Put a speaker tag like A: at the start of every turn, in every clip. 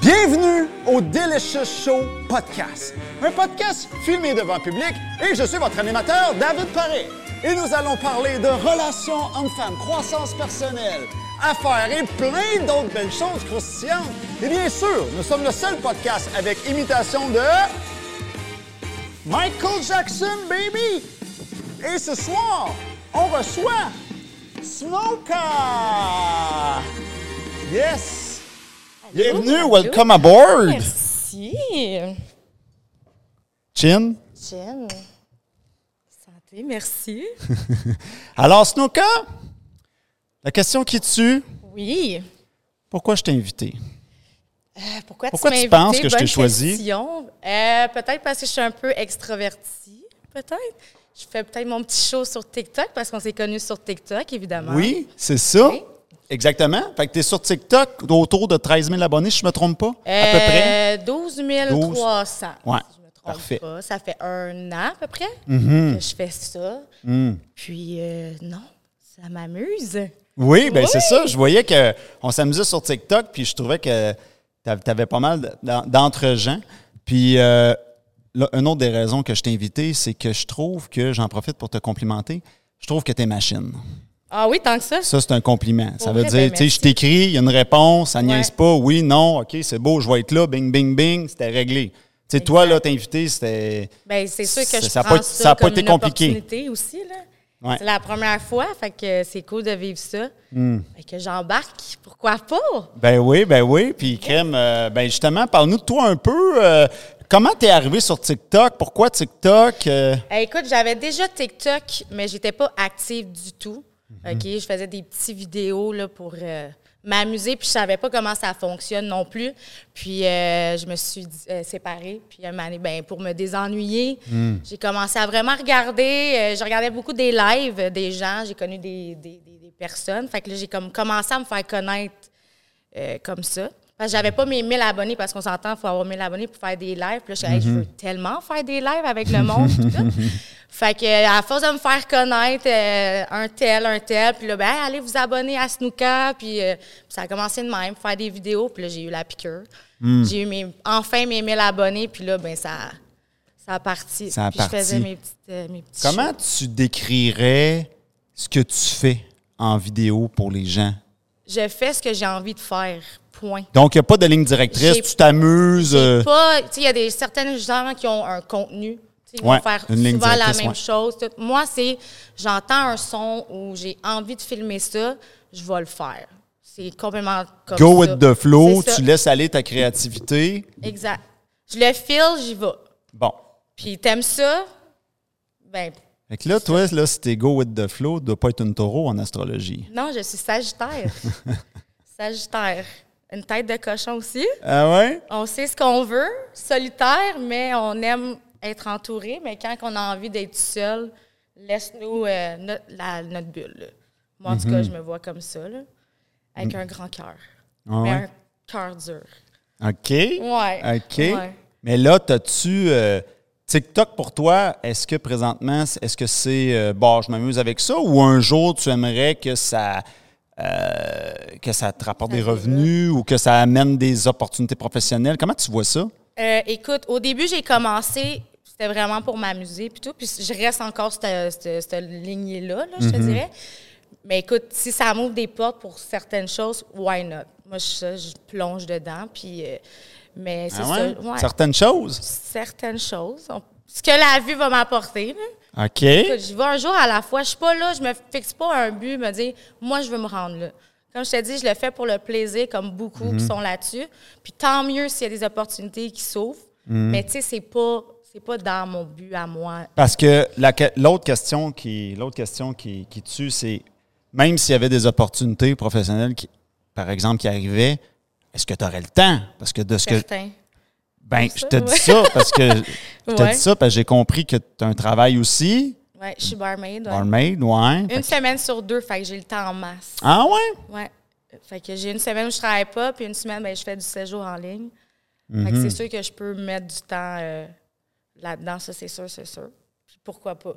A: Bienvenue au Delicious Show Podcast, un podcast filmé devant public et je suis votre animateur David Paré. Et nous allons parler de relations hommes-femmes, croissance personnelle, affaires et plein d'autres belles choses croustillantes. Et bien sûr, nous sommes le seul podcast avec imitation de Michael Jackson, baby. Et ce soir, on reçoit Smoker. Yes. Bienvenue, welcome aboard.
B: Merci.
A: Chin.
B: Jen. Santé, merci.
A: Alors, Snooka, la question qui tue,
B: Oui.
A: pourquoi je t'ai invité?
B: Euh, Pourquoi,
A: Pourquoi
B: tu, m'as
A: tu penses
B: invitée?
A: que je t'ai
B: Bonne
A: choisi?
B: question. Euh, peut-être parce que je suis un peu extrovertie, peut-être. Je fais peut-être mon petit show sur TikTok parce qu'on s'est connus sur TikTok, évidemment.
A: Oui, c'est ça.
B: Oui.
A: Exactement. Fait que tu es sur TikTok autour de 13 000 abonnés, si je me trompe pas, à peu près.
B: Euh, 12 300.
A: Ouais.
B: si je me trompe
A: Parfait. Mm-hmm.
B: pas. Ça fait un an à peu près que je fais ça.
A: Mm.
B: Puis, euh, non, ça m'amuse.
A: Oui, ben
B: oui.
A: c'est ça. Je voyais qu'on s'amusait sur TikTok, puis je trouvais que tu avais pas mal d'en- d'entre-gens. Puis, euh, là, une autre des raisons que je t'ai invité, c'est que je trouve que, j'en profite pour te complimenter, je trouve que tu es machine.
B: Ah oui, tant que ça.
A: Ça, c'est un compliment. Ça
B: Pour
A: veut
B: vrai,
A: dire,
B: ben,
A: tu sais, je
B: merci.
A: t'écris, il y a une réponse, ça niaise
B: Ouais.
A: pas, oui, non, OK, c'est beau, je vais être là, bing, bing, bing, c'était réglé. Tu sais, toi, là, t'es invité, c'était.
B: Ben, c'est sûr que
A: Ça-
B: je
A: ça a
B: prends
A: pas-
B: ça,
A: ça a pas
B: comme
A: été
B: une
A: compliqué.
B: opportunité aussi là.
A: Ouais.
B: C'est la première fois, fait que c'est cool de vivre ça.
A: Hmm.
B: Fait que j'embarque, pourquoi pas
A: Ben oui, ben oui. Puis, Crème, euh, ben justement, parle-nous de toi un peu. euh, comment t'es arrivé sur TikTok? Pourquoi TikTok? Euh,
B: Eh, Écoute, j'avais déjà TikTok, mais j'étais pas active du tout. Ok, je faisais des petites vidéos là pour euh, m'amuser, puis je savais pas comment ça fonctionne non plus. Puis euh, je me suis euh, séparée, puis à un moment donné, ben, pour me désennuyer, j'ai commencé à vraiment regarder. euh, je regardais beaucoup des lives euh, des gens, j'ai connu des, des- des- des personnes. Fait que là, j'ai comme commencé à me faire connaître euh, comme ça. Parce que j'avais pas mes 1000 abonnés parce qu'on s'entend, il faut avoir 1000 abonnés pour faire des lives. Puis là, je, suis, Hey,
A: Mhm.
B: je veux tellement faire des lives avec le monde. puis tout. Fait que, euh, à force de me faire connaître euh, un tel, un tel, puis là, ben, Hey, allez vous abonner à Snooka. Puis euh, ça a commencé de même, faire des vidéos. Puis là, j'ai eu la piqûre.
A: Mm.
B: J'ai eu mes, enfin mes 1000 abonnés. Puis là, ben, ça, ça a parti.
A: Ça a
B: Puis je faisais
A: parti.
B: mes, petites, euh, mes petits
A: comment
B: shows.
A: tu décrirais ce que tu fais en vidéo pour les gens?
B: Je fais ce que j'ai envie de faire. Point.
A: Donc, il n'y a pas de ligne directrice,
B: J'ai-
A: tu t'amuses. euh,
B: pas, tu sais, il y a des certaines gens qui ont un contenu. tu sais, Ils
A: Ouais,
B: vont faire
A: une ligne
B: souvent la
A: directrice,
B: même
A: ouais.
B: chose. tout. Moi, c'est j'entends un son ou j'ai envie de filmer ça, je vais le faire. C'est complètement comme
A: Go
B: ça.
A: with the flow,
B: C'est ça.
A: tu laisses aller ta créativité.
B: Exact. Je le file, j'y vais.
A: Bon.
B: Puis t'aimes ça, ben
A: Fait que là, toi, là, si t'es go with the flow, tu dois pas être une taureau en astrologie.
B: non, je suis Sagittaire. sagittaire. Une tête de cochon aussi.
A: Ah ouais?
B: On sait ce qu'on veut, solitaire, mais on aime être entouré. Mais quand on a envie d'être seul, laisse-nous euh, notre, la- notre bulle. là. Moi, en tout
A: Mhm.
B: cas, je me vois comme ça, là, avec un grand cœur.
A: Mm. Ah
B: mais
A: ouais?
B: un cœur dur.
A: OK.
B: Ouais.
A: OK.
B: Ouais.
A: Mais là, t'as-tu. euh, TikTok pour toi, est-ce que présentement, est-ce que c'est euh, bon, je m'amuse avec ça ou un jour tu aimerais que ça. euh, que ça te rapporte des revenus ou que ça amène des opportunités professionnelles. Comment tu vois ça?
B: Euh, écoute, au début, j'ai commencé, c'était vraiment pour m'amuser puis tout, puis je reste encore cette, cette, cette lignée-là, là,
A: Mhm.
B: je te dirais. Mais écoute, si ça m'ouvre des portes pour certaines choses, why not? Moi, je, ça, je plonge dedans, puis... euh, mais c'est
A: Ah
B: ça,
A: ouais?
B: ouais.
A: Certaines choses.
B: certaines choses. On- Ce que la vie va m'apporter. là.
A: OK.
B: Écoute, Je vais un jour à la fois. Je suis pas là, je me fixe pas un but, me dire, moi, je veux me rendre là. Comme je te dis, je le fais pour le plaisir, comme beaucoup qui sont là-dessus. Puis tant mieux s'il y a des opportunités qui s'ouvrent. Mais tu sais, c'est pas, c'est pas dans mon but à moi.
A: Parce que la que- l'autre question qui l'autre question qui, qui tue, c'est même s'il y avait des opportunités professionnelles, qui, par exemple, qui arrivaient, Est-ce que tu aurais le temps? Parce que de ce que.
B: Certain.
A: Ben,
B: Comme
A: je
B: ça,
A: te
B: ouais.
A: dis ça parce que. Je te
B: Ouais.
A: dis ça parce que j'ai compris que tu as un travail aussi.
B: Ouais, je suis barmaid. ouais.
A: Barmaid, ouais. Fait
B: Une
A: que-
B: semaine sur deux, fait que j'ai le temps en masse.
A: Ah ouais?
B: Ouais. Fait que j'ai une semaine où je travaille pas, puis une semaine, ben, je fais du séjour en ligne. Fait que c'est sûr que je peux mettre du temps euh, là-dedans, ça, c'est sûr, c'est sûr. Puis pourquoi pas?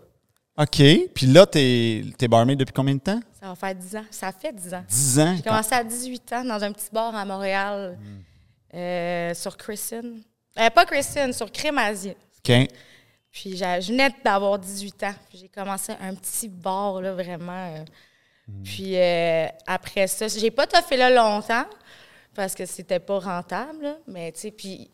A: OK. Puis là, tu es, barmaid depuis combien de temps?
B: Ça va faire 10 ans. Ça fait 10 ans.
A: 10 ans.
B: J'ai commencé à 18 ans dans un petit bar à Montréal, euh, sur Christine. Euh, pas Christine, sur Crémazie.
A: OK.
B: Puis j'a- je venais d'avoir 18 ans. Puis J'ai commencé un petit bar, là, vraiment. euh. Puis euh, après ça, j'ai pas toffé là longtemps parce que c'était pas rentable. là. Mais tu sais, puis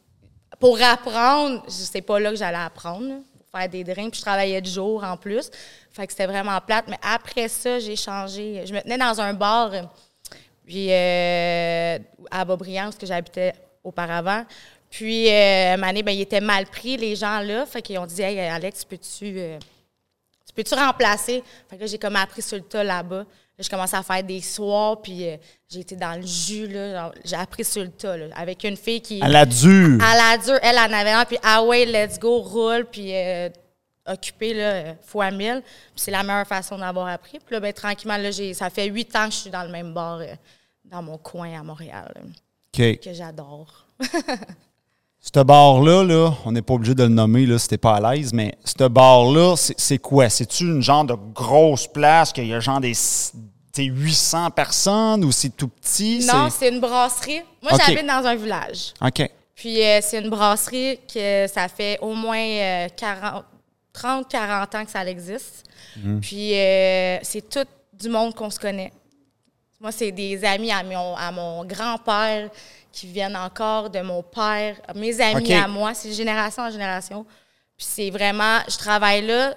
B: pour apprendre, je- c'est pas là que j'allais apprendre. là, pour faire des drinks. Puis je travaillais de jour en plus. Fait que c'était vraiment plate. Mais après ça, j'ai changé. Je me tenais dans un bar. euh, puis euh, à Beaubriand, où ce que j'habitais auparavant. Puis, euh, Mané, ben, il était mal pris, les gens là. Fait qu'ils ont dit, Hey, Alex, peux-tu euh, tu peux-tu remplacer? Fait que là, j'ai comme appris sur le tas là-bas. Là, je commençais à faire des soirs, puis euh, j'ai été dans le jus, là. Genre, J'ai appris sur le tas, là, avec une fille qui.
A: À la dure.
B: À la dure, elle en avait un, puis ah ouais, let's go, roule, puis euh, occupé, là, euh, fois mille. Puis c'est la meilleure façon d'avoir appris. Puis là, ben, tranquillement, là, j'ai- ça fait huit ans que je suis dans le même bar, euh, dans mon coin à Montréal, là,
A: OK.
B: que j'adore.
A: Ce bar-là, là, on n'est pas obligé de le nommer là, si t'es pas à l'aise, mais ce bar-là, c'est c'est quoi? C'est-tu une genre de grosse place qu'il y a genre des s- t'sais, 800 personnes ou c'est tout petit?
B: Non,
A: c'est...
B: c'est une brasserie. Moi,
A: Ok.
B: j'habite dans un village.
A: OK.
B: Puis euh, c'est une brasserie que ça fait au moins euh, 40, 30, 40 ans que ça existe.
A: Mm-hmm.
B: Puis euh, c'est tout du monde qu'on se connaît. Moi, c'est des amis à mon, à mon grand-père qui viennent encore de mon père, mes amis
A: OK.
B: à moi. C'est de génération en génération. Puis c'est vraiment, je travaille là,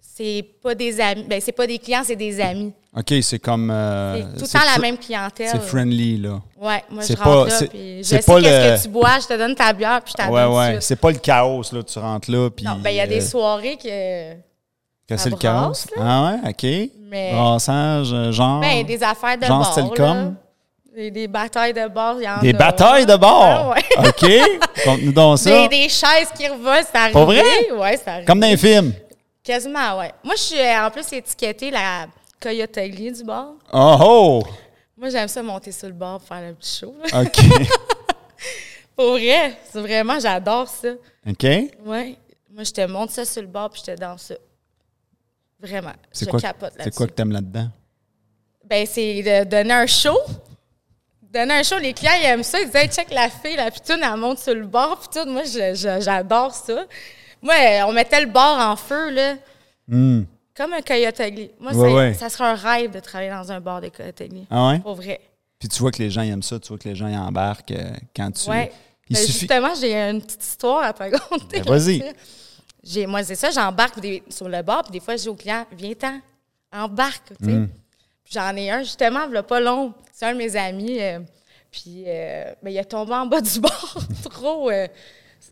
B: c'est pas des amis, ben c'est pas des clients, c'est des amis.
A: OK, c'est comme. euh,
B: C'est tout le temps la
A: fr-
B: même clientèle.
A: C'est friendly, là.
B: Ouais, moi
A: C'est
B: je
A: pas-
B: rentre
A: c'est-
B: là, puis je
A: c'est
B: sais
A: pas
B: qu'est-ce
A: le-
B: que tu bois, je te donne ta bière, puis je t'amène
A: Ouais,
B: tout de
A: ouais.
B: suite.
A: C'est pas le chaos, là. Tu rentres là, puis.
B: Non, ben il y a
A: euh,
B: des soirées que ben,
A: que
B: ça
A: c'est le chaos.
B: brasse,
A: Ah ouais, OK.
B: Mais-
A: Brassage, euh, genre.
B: ben des affaires de
A: Genre
B: bord.
A: Stelcom?
B: là. Des, des batailles de bord, il y en a.
A: Des batailles de bord.
B: Ah ouais.
A: OK. Conte-nous donc ça.
B: Des, des chaises qui revolent, c'est arrivé.
A: vrai?
B: Ouais, c'est arrivé.
A: Comme dans les films.
B: Quasiment, ouais. Moi, je suis euh, en plus étiquetée la Coyote Ugly du bord.
A: Oh, oh.
B: Moi, j'aime ça monter sur le bord pour faire un petit show. là.
A: OK.
B: Pour vrai, c'est vraiment, j'adore ça.
A: OK.
B: Ouais. Moi, je te monte ça sur le bord puis je te danse ça. Vraiment.
A: C'est
B: Je
A: quoi,
B: capote là-dessus.
A: c'est quoi que t'aimes là-dedans?
B: Ben, c'est de donner un show. Donner un show, les clients, ils aiment ça. Ils disent, hey, check la fille, la pitoune, elle monte sur le bord. Puis tout, moi, je- je- j'adore ça. Moi, euh, on mettait le bord en feu, là. Comme un coyote ugly. Moi,
A: Hmm. Ouais,
B: ça,
A: ouais.
B: ça serait un rêve de travailler dans un bar de coyote ugly.
A: Ah ouais?
B: Pour vrai.
A: Puis tu vois que les gens ils aiment ça, tu vois que les gens ils embarquent euh, quand tu.
B: Ouais.
A: Il
B: Ben,
A: suffit.
B: Justement, j'ai une petite histoire à te raconter.
A: Ben, vas-y.
B: là-dessus. J'ai- Moi, c'est ça, j'embarque des- sur le bord, puis des fois, je dis aux clients, viens-t'en, embarque, tu sais.
A: Hmm.
B: Puis j'en ai un, justement, il pas long. C'est un de mes amis, euh, puis euh, ben, il est tombé en bas du bord, trop, euh,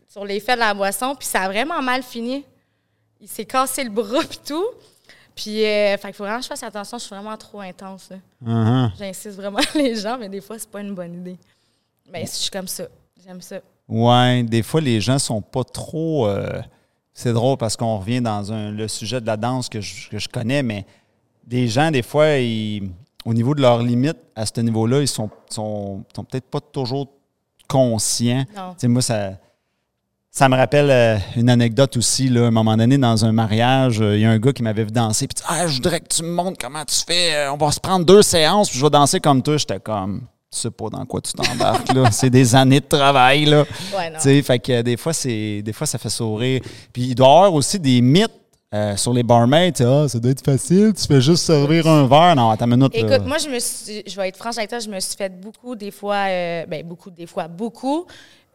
B: sur les faits de la boisson, puis ça a vraiment mal fini. Il s'est cassé le bras, puis tout. Puis, euh, fait qu'il faut vraiment que je fasse attention, je suis vraiment trop intense, là.
A: Uh-huh.
B: J'insiste vraiment les gens, mais des fois, c'est pas une bonne idée. Mais je suis comme ça. J'aime ça.
A: Ouais, des fois les gens sont pas trop. euh, c'est drôle parce qu'on revient dans un- le sujet de la danse que je, que je connais, mais des gens, des fois, ils- au niveau de leurs limites, à ce niveau-là, ils sont, sont, sont peut-être pas toujours conscients.
B: Non.
A: Tu sais, moi, ça. Ça me rappelle euh, une anecdote aussi, là, à un moment donné, dans un mariage, euh, il y a un gars qui m'avait vu danser, puis ah, je voudrais que tu me montres comment tu fais, euh, on va se prendre deux séances, puis je vais danser comme toi. J'étais comme, tu sais pas dans quoi tu t'embarques, là, c'est des années de travail, là.
B: Ouais, non.
A: Tu sais, fait que euh, des fois, c'est, des fois, ça fait sourire. Puis il doit y avoir aussi des mythes euh, sur les barmaids, tu sais, ah, ça doit être facile, tu fais juste servir un verre. Non, attends une minute, là.
B: Écoute, moi, je me suis, je vais être franche avec toi, je me suis fait beaucoup, des fois, euh, ben beaucoup, des fois, beaucoup,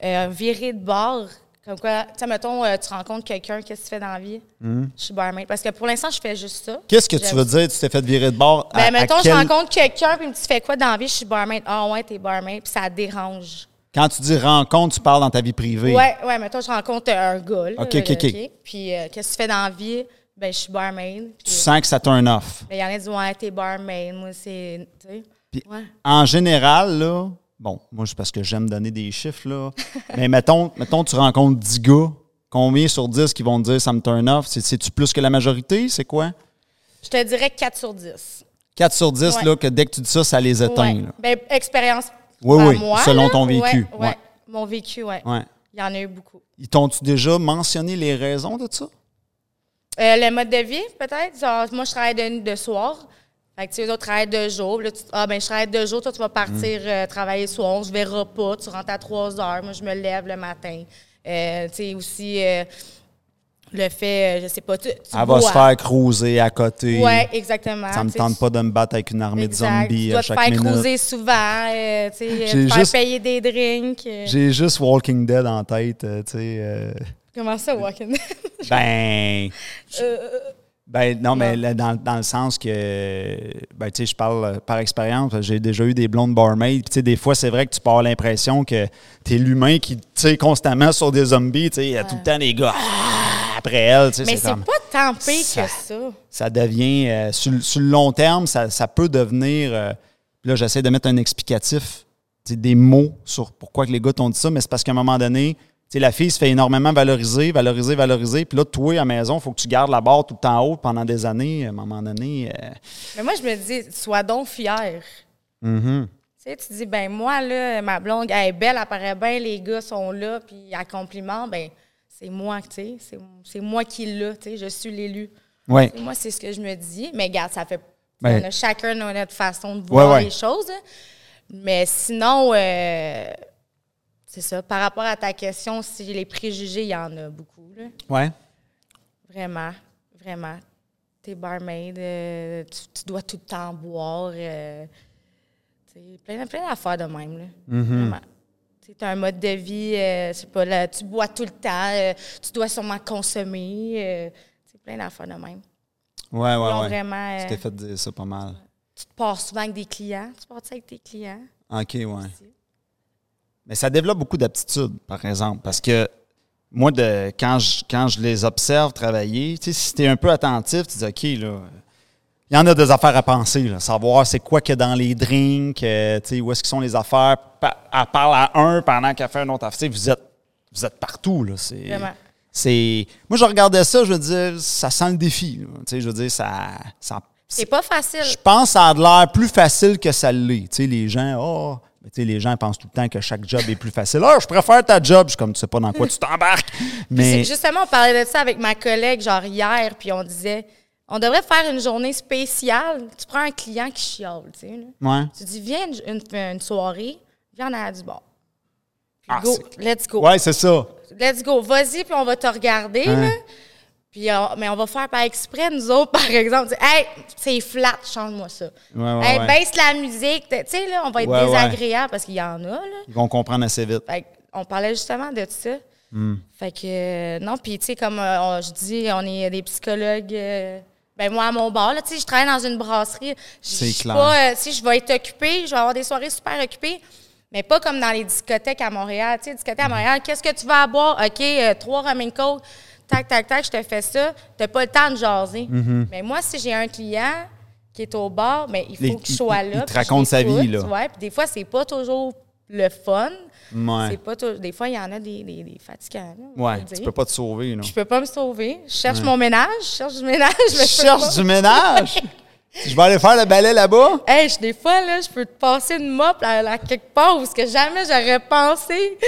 B: euh, virer de bord. Comme quoi, tu sais, mettons, euh, tu rencontres quelqu'un, qu'est-ce que tu fais dans la vie? Je suis barmaid. Parce que pour l'instant, je fais juste ça.
A: Qu'est-ce Hmm. que tu
B: J'aime
A: veux dire? Tu t'es fait virer de bord à-
B: Ben,
A: à
B: mettons,
A: quel-
B: je rencontre quelqu'un, puis il me dit, tu fais quoi dans la vie? Je suis barmaid. Ah, ouais, t'es barmaid, puis ça dérange.
A: Quand tu dis rencontre, tu parles dans ta vie privée.
B: Ouais, ouais, mettons, je rencontre un gars. là,
A: Ok, ok,
B: euh,
A: ok.
B: Puis, euh, qu'est-ce que tu fais dans la vie? Ben, je suis barmaid.
A: Tu
B: Puis,
A: sens que ça turn off.
B: ben, il y en a qui disent, ouais, t'es barmaid. Moi, c'est. Tu sais.
A: Puis-
B: Ouais.
A: En général, là, Bon, moi, c'est parce que j'aime donner des chiffres, là. Mais mettons, mettons, tu rencontres 10 gars. Combien sur 10 qui vont te dire ça me turn off? C'est- C'est-tu plus que la majorité? C'est quoi?
B: Je te dirais 4 sur 10.
A: 4 sur 10,
B: Ouais.
A: là, que dès que tu dis ça, ça les éteint.
B: Ouais.
A: là.
B: Ben, expérience.
A: Oui,
B: par
A: oui,
B: moi,
A: selon
B: là.
A: ton vécu,
B: Ouais, ouais.
A: ouais.
B: Mon vécu, oui.
A: Ouais.
B: Il y en a eu beaucoup.
A: Ils t'ont-tu déjà mentionné les raisons de ça?
B: Euh, le mode de vie, peut-être. Genre, moi, je travaille de, de soir. Fait que, tu sais, eux autres travaillent deux jours. Là, tu- ah, ben, je travaille deux jours. Toi, tu vas partir
A: Mm.
B: euh, travailler soir. On se verra pas. Tu rentres à 3 heures. Moi, je me lève le matin. Euh, tu sais, aussi, euh, le fait, euh, je sais pas, tu, tu
A: Elle
B: bois.
A: va se faire cruiser à côté.
B: Ouais, exactement.
A: Ça me
B: Tu sais,
A: tente
B: tu-
A: pas de me battre avec une armée de
B: Exact.
A: zombies
B: Tu dois
A: à
B: te
A: chaque
B: faire
A: minute.
B: cruiser souvent. euh, tu sais, euh,
A: J'ai
B: te faire
A: juste-
B: payer des drinks. euh.
A: J'ai juste Walking Dead en tête, euh, tu sais. euh,
B: Comment ça, Walking?
A: ben,
B: Euh,
A: ben non, mais là, dans, dans le sens que, ben tu sais, je parle euh, par expérience. parce que J'ai déjà eu des blondes barmaids. Puis tu sais, des fois, c'est vrai que tu pars l'impression que t'es l'humain qui, tu sais, constamment sur des zombies. Tu sais, il y a tout le temps des gars ah, après elle. Tu sais,
B: mais
A: c'est
B: c'est
A: comme-
B: pas tant pire
A: Ça-
B: que ça.
A: ça devient, euh, sur, le- sur le long terme, ça, ça peut devenir, euh, là j'essaie de mettre un explicatif, tu sais, des mots sur pourquoi que les gars t'ont dit ça, mais c'est parce qu'à un moment donné, tu sais, la fille se fait énormément valoriser, valoriser, valoriser, puis là, toi, à la maison, il faut que tu gardes la barre tout le temps haute pendant des années, à un moment donné, euh,
B: Mais moi, je me dis, sois donc fière.
A: Mm-hmm.
B: Tu sais, tu dis, ben moi, là, ma blonde, elle est belle, elle paraît bien, les gars sont là, puis à compliment, ben c'est moi, tu sais, c'est- c'est moi qui l'ai, tu sais, je suis l'élu.
A: ouais.
B: Et Moi, c'est ce que je me dis, mais regarde, ça fait...
A: Ben-
B: on a chacun no- notre façon de voir
A: Ouais, ouais.
B: les choses, hein. mais sinon, euh, c'est ça, par rapport à ta question, si les préjugés, il y en a beaucoup, là.
A: Ouais.
B: Vraiment, vraiment. T'es barmaid, euh, tu, tu dois tout le temps boire. euh, t'sais, plein, plein d'affaires de même. Là.
A: Mm-hmm.
B: Vraiment. T'sais, T'as un mode de vie, euh, je sais pas, là, tu bois tout le temps, euh, tu dois sûrement consommer. euh, t'sais, plein d'affaires de même.
A: Ouais, ouais,
B: Ils ont
A: ouais.
B: vraiment,
A: Tu
B: euh,
A: t'es fait dire ça pas mal.
B: tu te pars souvent avec des clients, tu pars avec tes clients.
A: OK, ouais. Mais ça développe beaucoup d'aptitudes, par exemple, parce que moi, de, quand, je, quand je les observe travailler, tu sais, si tu es un peu attentif, tu dis OK, là, il y en a des affaires à penser, là, savoir c'est quoi qu'il y a dans les drinks, euh, tu sais, où est-ce qu'ils sont les affaires. Pa- Elle parle à un pendant qu'elle fait un autre affaire. Tu sais, Vous êtes, vous êtes partout, là. C'est,
B: Vraiment.
A: c'est- Moi, je regardais ça, je veux dire, ça sent le défi. là. Tu sais, je veux dire, ça. ça
B: C'est pas facile.
A: je pense que ça a de l'air plus facile que ça l'est. Tu sais, les gens, oh, mais tu sais, les gens pensent tout le temps que chaque job est plus facile. Ah, je préfère ta job. Je suis comme, tu sais pas dans quoi tu t'embarques.
B: C'est
A: Mais
B: que justement, on parlait de ça avec ma collègue, genre hier, puis on disait, on devrait faire une journée spéciale. Tu prends un client qui chiale, tu sais. là.
A: Ouais.
B: Tu dis, viens une, une- une soirée, viens en arrière du bar.
A: Ah,
B: go,
A: c'est-
B: let's go.
A: Ouais, c'est ça.
B: Let's go, vas-y, puis on va te regarder. là. Puis on- mais on va faire par exprès, nous autres, par exemple. dire, hey, c'est flat, change-moi ça.
A: Ouais, ouais,
B: hey,
A: ouais.
B: baisse la musique. Tu sais, là, on va être
A: Ouais, ouais.
B: désagréable parce qu'il y en a, là.
A: Ils vont comprendre assez vite.
B: Fait que, on parlait justement de ça.
A: Hmm.
B: Fait que, euh, non, puis tu sais, comme euh, on- je dis, on est des psychologues. euh, ben moi, à mon bar, là, tu sais, je travaille dans une brasserie.
A: C'est clair.
B: si euh, je vais être occupée, je vais avoir des soirées super occupées, mais pas comme dans les discothèques à Montréal. Tu sais,
A: Hmm.
B: discothèque à Montréal, qu'est-ce que tu vas boire? OK, euh, trois rum and coke, tac, tac, tac, je te fais ça. T'as pas le temps de jaser.
A: Mm-hmm.
B: Mais moi, si j'ai un client qui est au bar, ben, il faut
A: Les-
B: que je sois là.
A: il- il te
B: puis je
A: raconte sa vie,
B: l'écoute,
A: là.
B: Ouais, puis des fois, c'est pas toujours le fun.
A: Ouais.
B: C'est pas tou- Des fois, il y en a des, des, des fatigants. là, on peut
A: Ouais,
B: le
A: tu
B: dire.
A: peux pas te sauver. là.
B: Je peux pas me sauver. Je cherche mon ménage, je cherche du ménage. mais
A: Je
B: je peux pas.
A: cherche du ménage. Je vais aller faire le balai là-bas.
B: Hey, je- des fois, là, je peux te passer une mop à, à quelque part où ce que jamais j'aurais pensé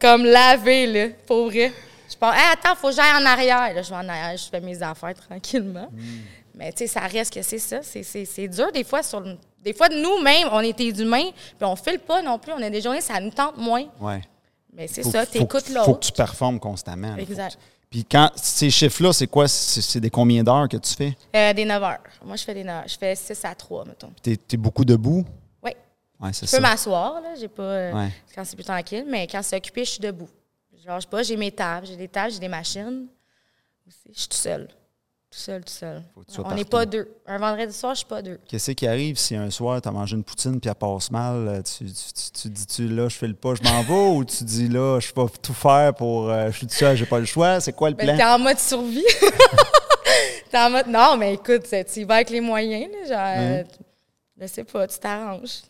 B: comme laver, là, pour vrai. Je pense, hey, attends, faut que j'aille en arrière. Là, je vais en arrière, je fais mes affaires tranquillement.
A: Mm.
B: Mais tu sais, ça reste que c'est ça. C'est- C'est c'est dur des fois. Sur le- Des fois, nous-mêmes, on est des humains, puis on file pas non plus. On a des journées, ça nous tente moins.
A: Ouais.
B: Mais c'est
A: Faut-
B: ça,
A: faut-
B: t'écoutes
A: Faut que
B: l'autre.
A: tu performes constamment. là. Faut que
B: Exact.
A: tu- Puis quand ces chiffres-là, c'est quoi? C'est c'est des combien d'heures que tu fais?
B: Euh, des 9 heures. Moi, je fais des 9 heures. Je fais 6 à 3, mettons.
A: T'es es beaucoup debout?
B: Oui.
A: Ouais, c'est
B: Je peux
A: ça.
B: m'asseoir, là. J'ai pas. euh,
A: Ouais.
B: Quand c'est plus tranquille, mais quand c'est occupé, je suis debout. Je lâche pas, j'ai mes tables, j'ai des tables, j'ai des machines. Aussi, Je suis tout seul. Tout seul, tout seul.
A: Faut que tu sois
B: On n'est
A: partout.
B: pas deux. Un vendredi soir, je suis pas deux.
A: Qu'est-ce qui arrive si un soir, tu as mangé une poutine puis elle passe mal? euh, Tu, tu, tu- tu dis-tu là, je fais le pas, je m'en vais? ou tu dis là, je vais tout faire pour. euh, je suis tout seul, j'ai pas le choix? C'est quoi le
B: Ben,
A: plan?
B: t'es en mode survie. t'es en mode. Non, mais écoute, tu y vas avec les moyens, là. Genre, euh, je sais pas, tu t'arranges.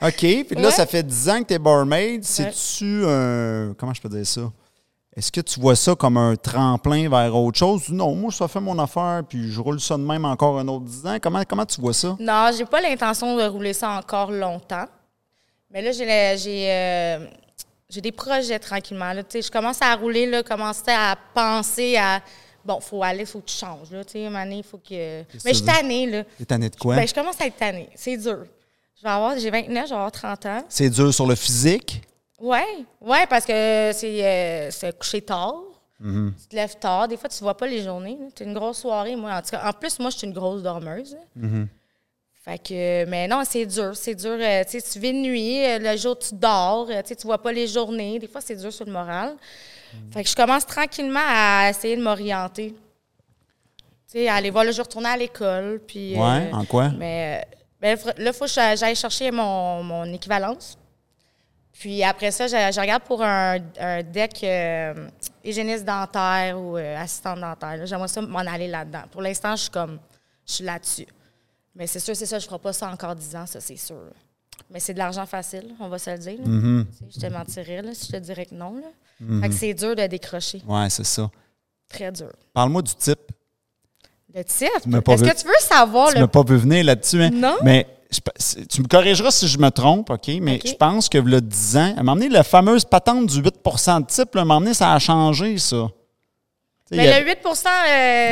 A: OK. Puis là,
B: Ouais.
A: ça fait 10 ans que tu es barmaid.
B: Ouais.
A: C'est-tu un. Comment je peux dire ça? Est-ce que tu vois ça comme un tremplin vers autre chose? Non, moi, ça fait mon affaire, puis je roule ça de même encore un autre 10 ans. Comment, comment tu vois ça?
B: Non, j'ai pas l'intention de rouler ça encore longtemps. Mais là, j'ai la- j'ai euh, j'ai des projets tranquillement. Là, Tu sais, je commence à rouler, là, commencer à penser à bon, faut aller, faut que tu changes. Là, tu sais, il faut que. Mais je suis
A: ça veut
B: tannée, là.
A: T'es tanné de quoi?
B: Ben, je commence à être tannée. C'est dur. Je vais avoir, j'ai 29, je vais avoir 30 ans.
A: C'est dur sur le physique?
B: Ouais, ouais, parce que c'est euh, se coucher tard.
A: Mm-hmm.
B: Tu te lèves tard. Des fois, tu vois pas les journées. Tu une grosse soirée, moi. En, tout cas, en plus, moi, je suis une grosse dormeuse. là.
A: Mm-hmm.
B: Fait que, mais non, c'est dur. C'est dur. euh, tu sais, tu vis de nuit. euh, Le jour, tu dors. euh, Tu sais, tu vois pas les journées. Des fois, c'est dur sur le moral.
A: Mm-hmm.
B: Fait que je commence tranquillement à essayer de m'orienter. Tu sais, à aller voir. Là, je vais retourner à l'école. Puis,
A: Ouais,
B: euh,
A: en quoi?
B: Mais euh, ben, fr- là, il faut que j'a- j'aille chercher mon, mon équivalence. Puis après ça, je, je regarde pour un, un deck euh, hygiéniste dentaire ou euh, assistante dentaire. là. J'aimerais ça m'en aller là-dedans. Pour l'instant, je suis comme, je suis là-dessus. Mais c'est sûr, c'est ça, je ne ferai pas ça encore 10 ans, ça, c'est sûr. Mais c'est de l'argent facile, on va se le dire. là.
A: Mm-hmm.
B: Tu sais, Je te mentirais là, si je te dirais que non. Là. Fait que c'est dur de décrocher.
A: Ouais, c'est ça.
B: Très dur.
A: Parle-moi du type.
B: Le type,
A: m'as pas
B: est-ce
A: vu.
B: que tu veux savoir
A: Tu
B: le
A: m'as pas vu venir là-dessus, hein?
B: Non.
A: Mais je pe- c'est- tu me corrigeras si je me trompe, OK? Mais
B: OK.
A: je pense que le 10 ans, à un moment donné, la fameuse patente du 8 de type, là, à un moment donné, ça a changé, ça. Tu sais, il y
B: Mais
A: a-
B: Ben, le 8
A: il
B: euh,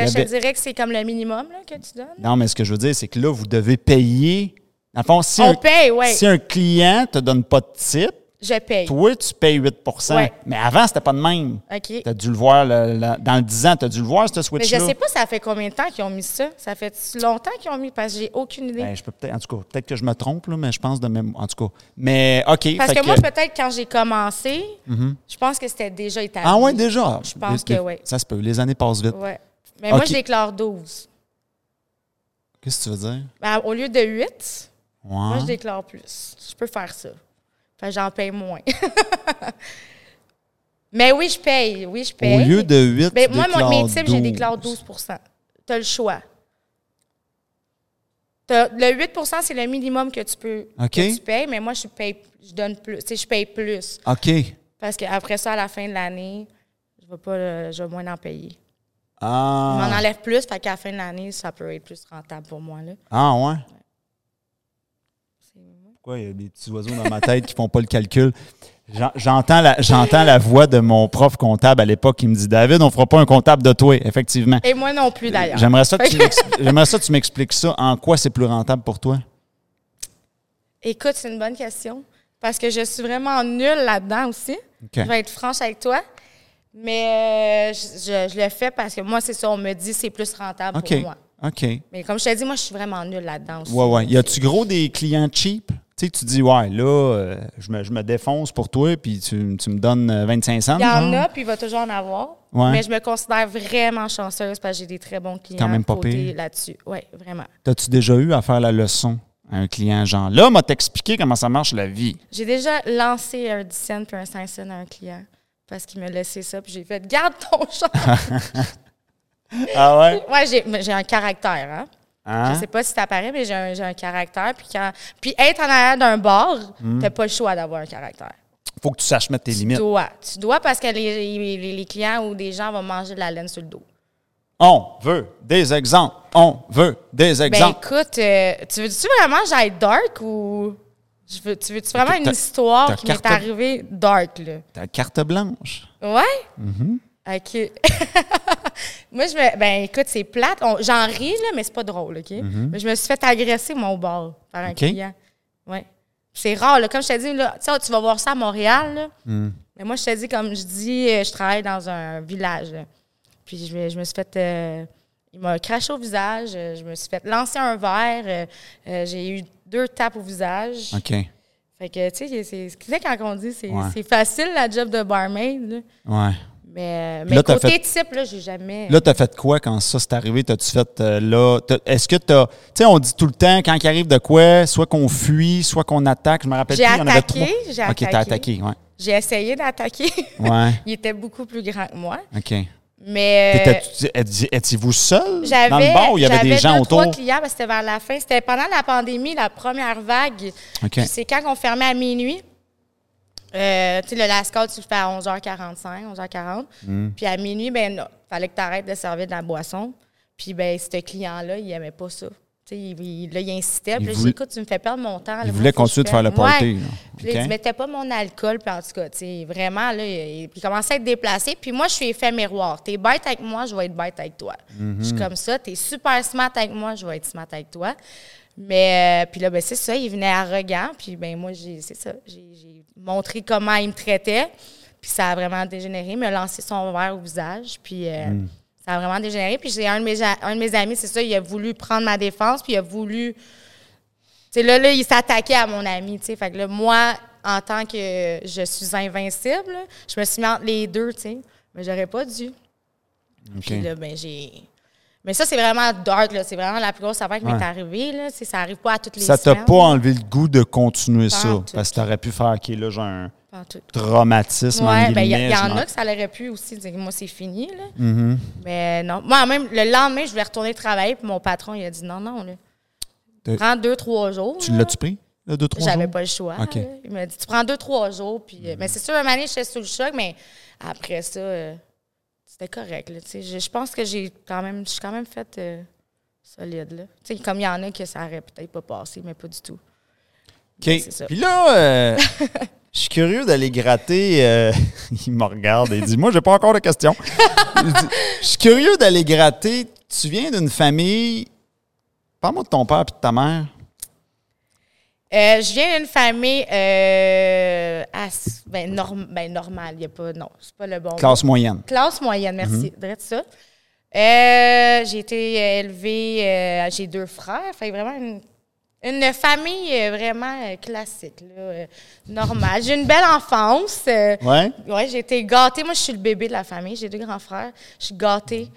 A: y
B: je te
A: avait-
B: dirais que c'est comme le minimum là, que tu donnes.
A: Non, mais ce que je veux dire, c'est que là, vous devez payer. Dans le fond, si,
B: On
A: un,
B: paye, ouais.
A: si un client ne te donne pas de type,
B: Je paye.
A: toi, tu payes 8
B: Ouais.
A: Mais avant, c'était pas de même.
B: OK.
A: Tu as dû le voir, le- le- dans le 10 ans, tu as dû le voir, ce
B: Mais je
A: switch-là.
B: sais pas, ça fait combien de temps qu'ils ont mis ça? Ça fait longtemps qu'ils ont mis parce que j'ai aucune idée.
A: Ben, je peux peut-être, en tout cas, peut-être que je me trompe, là, mais je pense de même. En tout cas, mais OK.
B: parce
A: fait Mhm.
B: que, moi, peut-être quand j'ai commencé, je pense que c'était déjà établi.
A: Ah ouais, déjà.
B: Je pense
A: Les-
B: que oui.
A: Ça se peut. Les années passent vite.
B: Ouais. Mais
A: OK.
B: moi, je déclare 12.
A: Qu'est-ce que tu veux dire?
B: Ben, au lieu de 8,
A: Ouais.
B: moi, je déclare plus. Je peux faire ça. Fait que j'en paye moins. Mais oui, je paye. Oui, je paye.
A: Au lieu de 8,
B: Ben,
A: tu
B: moi, mon- mes
A: déclares
B: types, j'ai
A: 12.
B: déclare 12 Tu as le choix. T'as- le 8 c'est le minimum que tu peux
A: OK.
B: que tu payes, mais moi, je paye, je donne plus. Tu sais, je paye plus.
A: OK.
B: Parce qu'après ça, à la fin de l'année, je vais pas euh, je vais moins en payer. Je
A: Ah.
B: m'en enlève plus, fait qu'à la fin de l'année, ça peut être plus rentable pour moi. Là.
A: Ah ouais? Pourquoi il y a des petits oiseaux dans ma tête qui font pas le calcul? J'en- J'entends la, j'entends la voix de mon prof comptable à l'époque qui me dit David, on fera pas un comptable de toi, effectivement.
B: Et moi non plus, d'ailleurs.
A: J'aimerais ça, que
B: Fait
A: tu
B: que-
A: m'expli- j'aimerais ça que tu m'expliques ça. En quoi c'est plus rentable pour toi?
B: Écoute, c'est une bonne question. Parce que je suis vraiment nulle là-dedans aussi.
A: OK.
B: Je vais être franche avec toi. Mais euh, je, je- je le fais parce que moi, c'est ça, on me dit c'est plus rentable
A: OK.
B: pour moi.
A: OK. Ouais,
B: Mais comme je t'ai dit, moi, je suis vraiment nulle là-dedans aussi.
A: ouais. Y a-tu gros des clients cheap? Tu sais, tu dis, ouais, là, euh, je, me, je me défonce pour toi, puis tu, tu me donnes euh, 25 cents.
B: Il y en
A: genre?
B: a, puis il va toujours en avoir.
A: Ouais.
B: Mais je me considère vraiment chanceuse parce que j'ai des très bons clients
A: même pas
B: côté
A: pire.
B: là-dessus. Oui, vraiment.
A: T'as-tu déjà eu à faire la leçon à un client, genre, là, m'a t'expliqué comment ça marche la vie?
B: J'ai déjà lancé un 10 cents puis un 5 cents à un client parce qu'il me laissait ça, puis j'ai fait « Garde ton genre!
A: Ah » ouais?
B: Ouais, j'ai- mais j'ai un caractère, hein?
A: Hein?
B: Je sais pas si ça paraît, mais j'ai un, j'ai un caractère. Puis, quand, puis être en arrière d'un bar,
A: Hmm.
B: t'as pas le choix d'avoir un caractère.
A: Faut que tu saches mettre tes
B: Tu
A: limites.
B: dois. Tu dois parce que les, les- les clients ou des gens vont manger de la laine sur le dos.
A: On veut des exemples. On veut des
B: Ben
A: exemples.
B: écoute, euh, tu veux-tu vraiment que j'aille dark ou. Je veux, tu veux-tu vraiment
A: Ok,
B: une
A: t'as-
B: histoire
A: t'as
B: qui m'est
A: carte-
B: arrivée dark, là?
A: T'as carte blanche.
B: Ouais?
A: Mm-hmm.
B: OK. Moi, je me. Ben écoute, c'est plate. On- J'en ris, là, mais c'est pas drôle, OK? Mais je me suis fait agresser, moi, au bar, par un
A: Mm-hmm. OK.
B: client. Ouais. C'est rare, là. Comme je t'ai dit, là, tu sais, tu vas voir ça à Montréal, là.
A: Mm.
B: Mais moi, je te dis, comme je dis, euh, je travaille dans un village, là. Puis je, me- je me suis fait. euh, il m'a craché au visage. euh, Je me suis fait lancer un verre. euh, euh, j'ai eu deux tapes au visage.
A: OK.
B: Fait que, tu sais, c'est ce qu'ils quand on dit, c'est
A: Ouais.
B: c'est facile la job de barmaid. là.
A: Ouais.
B: Mais, euh,
A: Puis
B: mais
A: là, t'as
B: côté
A: fait-
B: type, là, j'ai jamais. euh,
A: Là, t'as fait quoi quand ça s'est arrivé? T'as-tu fait euh, là? t'as- Est-ce que t'as. Tu sais, on dit tout le temps, quand il arrive de quoi, soit qu'on fuit, soit qu'on attaque. Je me rappelle
B: J'ai
A: plus, il y en avait
B: attaqué,
A: trois.
B: j'ai
A: OK, t'as attaqué,
B: attaqué.
A: ouais.
B: J'ai essayé d'attaquer.
A: Ouais.
B: il était beaucoup plus grand que moi.
A: OK.
B: Mais. euh,
A: T'étais- éti- Étiez-vous seul
B: J'avais,
A: dans le bar ou il y avait des
B: j'avais
A: gens
B: deux,
A: autour?
B: trois clients, parce que c'était vers la fin. C'était pendant la pandémie, la première vague.
A: OK.
B: Puis C'est quand on fermait à minuit. Euh, tu sais, le last call, tu le fais à 11h45, 11h40.
A: Hmm.
B: Puis à minuit, ben non, fallait que tu arrêtes de servir de la boisson. Puis ben ce client-là, il aimait pas ça. Tu sais, il, il- là, il insistait. Puis
A: Il
B: là,
A: voulait-
B: j'ai dit, écoute, tu me fais perdre mon temps. là.
A: Il
B: Moi,
A: voulait
B: faut que je
A: continuer de faire le
B: perde- Ouais.
A: party. là.
B: Puis là, il
A: OK.
B: dit, mettais pas mon alcool, puis en tout cas, tu sais, vraiment, là, il, il- il commençait à être déplacé. Puis moi, je suis effet miroir. T'es bête avec moi, je vais être bête avec toi. Je
A: Mhm.
B: suis comme ça. T'es super smart avec moi, je vais être smart avec toi. Mais, euh, puis là, ben, c'est ça, il venait arrogant. Puis, ben, moi, j'ai, c'est ça, j'ai, j'ai montré comment il me traitait. Puis ça a vraiment dégénéré. Il m'a lancé son verre au visage. Puis euh,
A: Mm.
B: ça a vraiment dégénéré. Puis j'ai un, de mes a- un de mes amis, c'est ça, il a voulu prendre ma défense, puis il a voulu tu sais, là, là, il s'attaquait à mon ami, tu sais. Fait que là, moi, en tant que je suis invincible, là, je me suis mis entre les deux, tu sais. Mais j'aurais pas dû. Puis
A: OK.
B: là, ben, j'ai... Mais ça, c'est vraiment dark, là. C'est vraiment la plus grosse affaire qui
A: Ouais.
B: m'est arrivée, là. C'est- Ça arrive pas à toutes les
A: Ça t'a
B: semaines.
A: pas enlevé le goût de continuer
B: Pas
A: ça?
B: en tout.
A: Parce que t'aurais pu faire, OK, là, j'ai un
B: Pas en tout.
A: traumatisme en
B: Ouais, ben, il y, a-
A: guillemets,
B: y
A: je
B: en
A: m'en-
B: a que ça l'aurait pu aussi dire moi c'est fini là.
A: Mm-hmm.
B: Mais non, moi même le lendemain je voulais retourner travailler puis mon patron il a dit non non là.
A: T'as-
B: Prends deux trois jours.
A: Tu
B: là.
A: l'as-tu pris? Là, deux, trois
B: J'avais
A: jours?
B: pas le choix.
A: OK.
B: là. Il m'a dit, tu prends deux, trois jours. Puis, euh, Mais c'est sûr, un moment donné, j'étais sous le choc, mais après ça, euh, c'était correct. là, tu sais. je, je pense que j'ai quand même, je suis quand même faite euh, solide. Là. Tu sais, Comme il y en a que ça aurait peut-être pas passé, mais pas du tout.
A: OK.
B: c'est ça.
A: Puis là, euh, je suis curieux d'aller gratter. euh, il me regarde et dit Moi, j'ai pas encore de questions. Il dit, je suis curieux d'aller gratter. Tu viens d'une famille. Parle-moi de ton père et de ta mère.
B: Euh, je viens d'une famille euh, ass- ben, norm- ben, normale. Il y a pas, non, c'est pas le bon mot.
A: Classe moyenne. Mhm.
B: Classe moyenne, merci. Drette ça. Euh, j'ai été euh, élevée, euh, j'ai deux frères. Fait vraiment une, une famille euh, vraiment euh, classique, là, euh, normale. j'ai une belle enfance. euh,
A: Ouais.
B: ouais, j'ai été gâtée. Moi, je suis le bébé de la famille. J'ai deux grands frères. Je suis gâtée.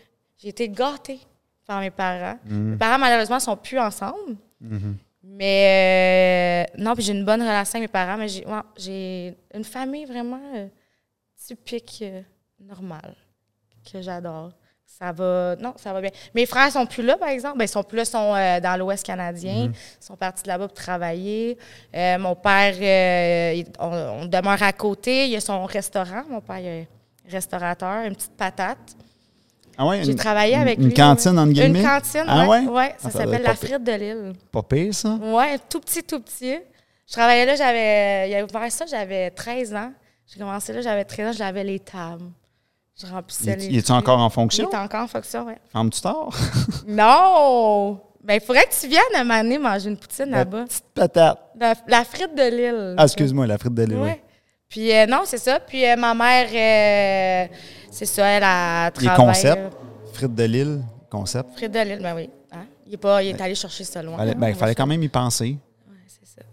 B: J'ai été gâtée par mes parents. Mes parents, malheureusement, sont plus ensemble. Mais euh, non, puis j'ai une bonne relation avec mes parents, mais j'ai ouais, j'ai une famille vraiment euh, typique, euh, normale, que j'adore. Ça va, non, ça va bien. Mes frères sont plus là, par exemple. Ben, ils sont plus là, ils sont euh, dans l'Ouest canadien.
A: Mhm.
B: Ils sont partis de là-bas pour travailler. Euh, mon père, euh, il- on, on demeure à côté. Il a son restaurant. Mon père, il est restaurateur, une petite patate.
A: Ah ouais,
B: J'ai
A: une-
B: travaillé avec
A: une
B: lui.
A: cantine,
B: ouais.
A: entre guillemets?
B: Une cantine,
A: Ah
B: ouais.
A: ouais?
B: ouais, ça
A: Ah, ça doit
B: s'appelle
A: être
B: La
A: pas pire.
B: Frite de Lille.
A: Pas pire, ça.
B: Ouais, tout petit, tout petit. Je travaillais là, j'avais. Il a ouvert ça, j'avais 13 ans. J'ai commencé là, j'avais 13 ans, je lavais les tables. Je remplissais les.
A: Il est-tu
B: trucs.
A: encore en
B: Il
A: fonction?
B: est encore en fonction, ouais.
A: Ferme-tu tard?
B: Non! Ben, il faudrait que tu viennes à m'amener manger une poutine
A: La
B: là-bas.
A: petite patate.
B: La, la frite de Lille.
A: Ah, excuse-moi, la frite de Léon.
B: Ouais. Puis euh, non, c'est ça. Puis euh, ma mère, euh, c'est ça, elle a
A: Les
B: travaillé.
A: concepts.
B: euh,
A: Frites de Lille, concept.
B: Frite de Lille, ben oui. Hein? Il, est pas, il est allé chercher ça loin.
A: Fallait, ben,
B: On va
A: fallait quand même y penser.
B: C'est ça.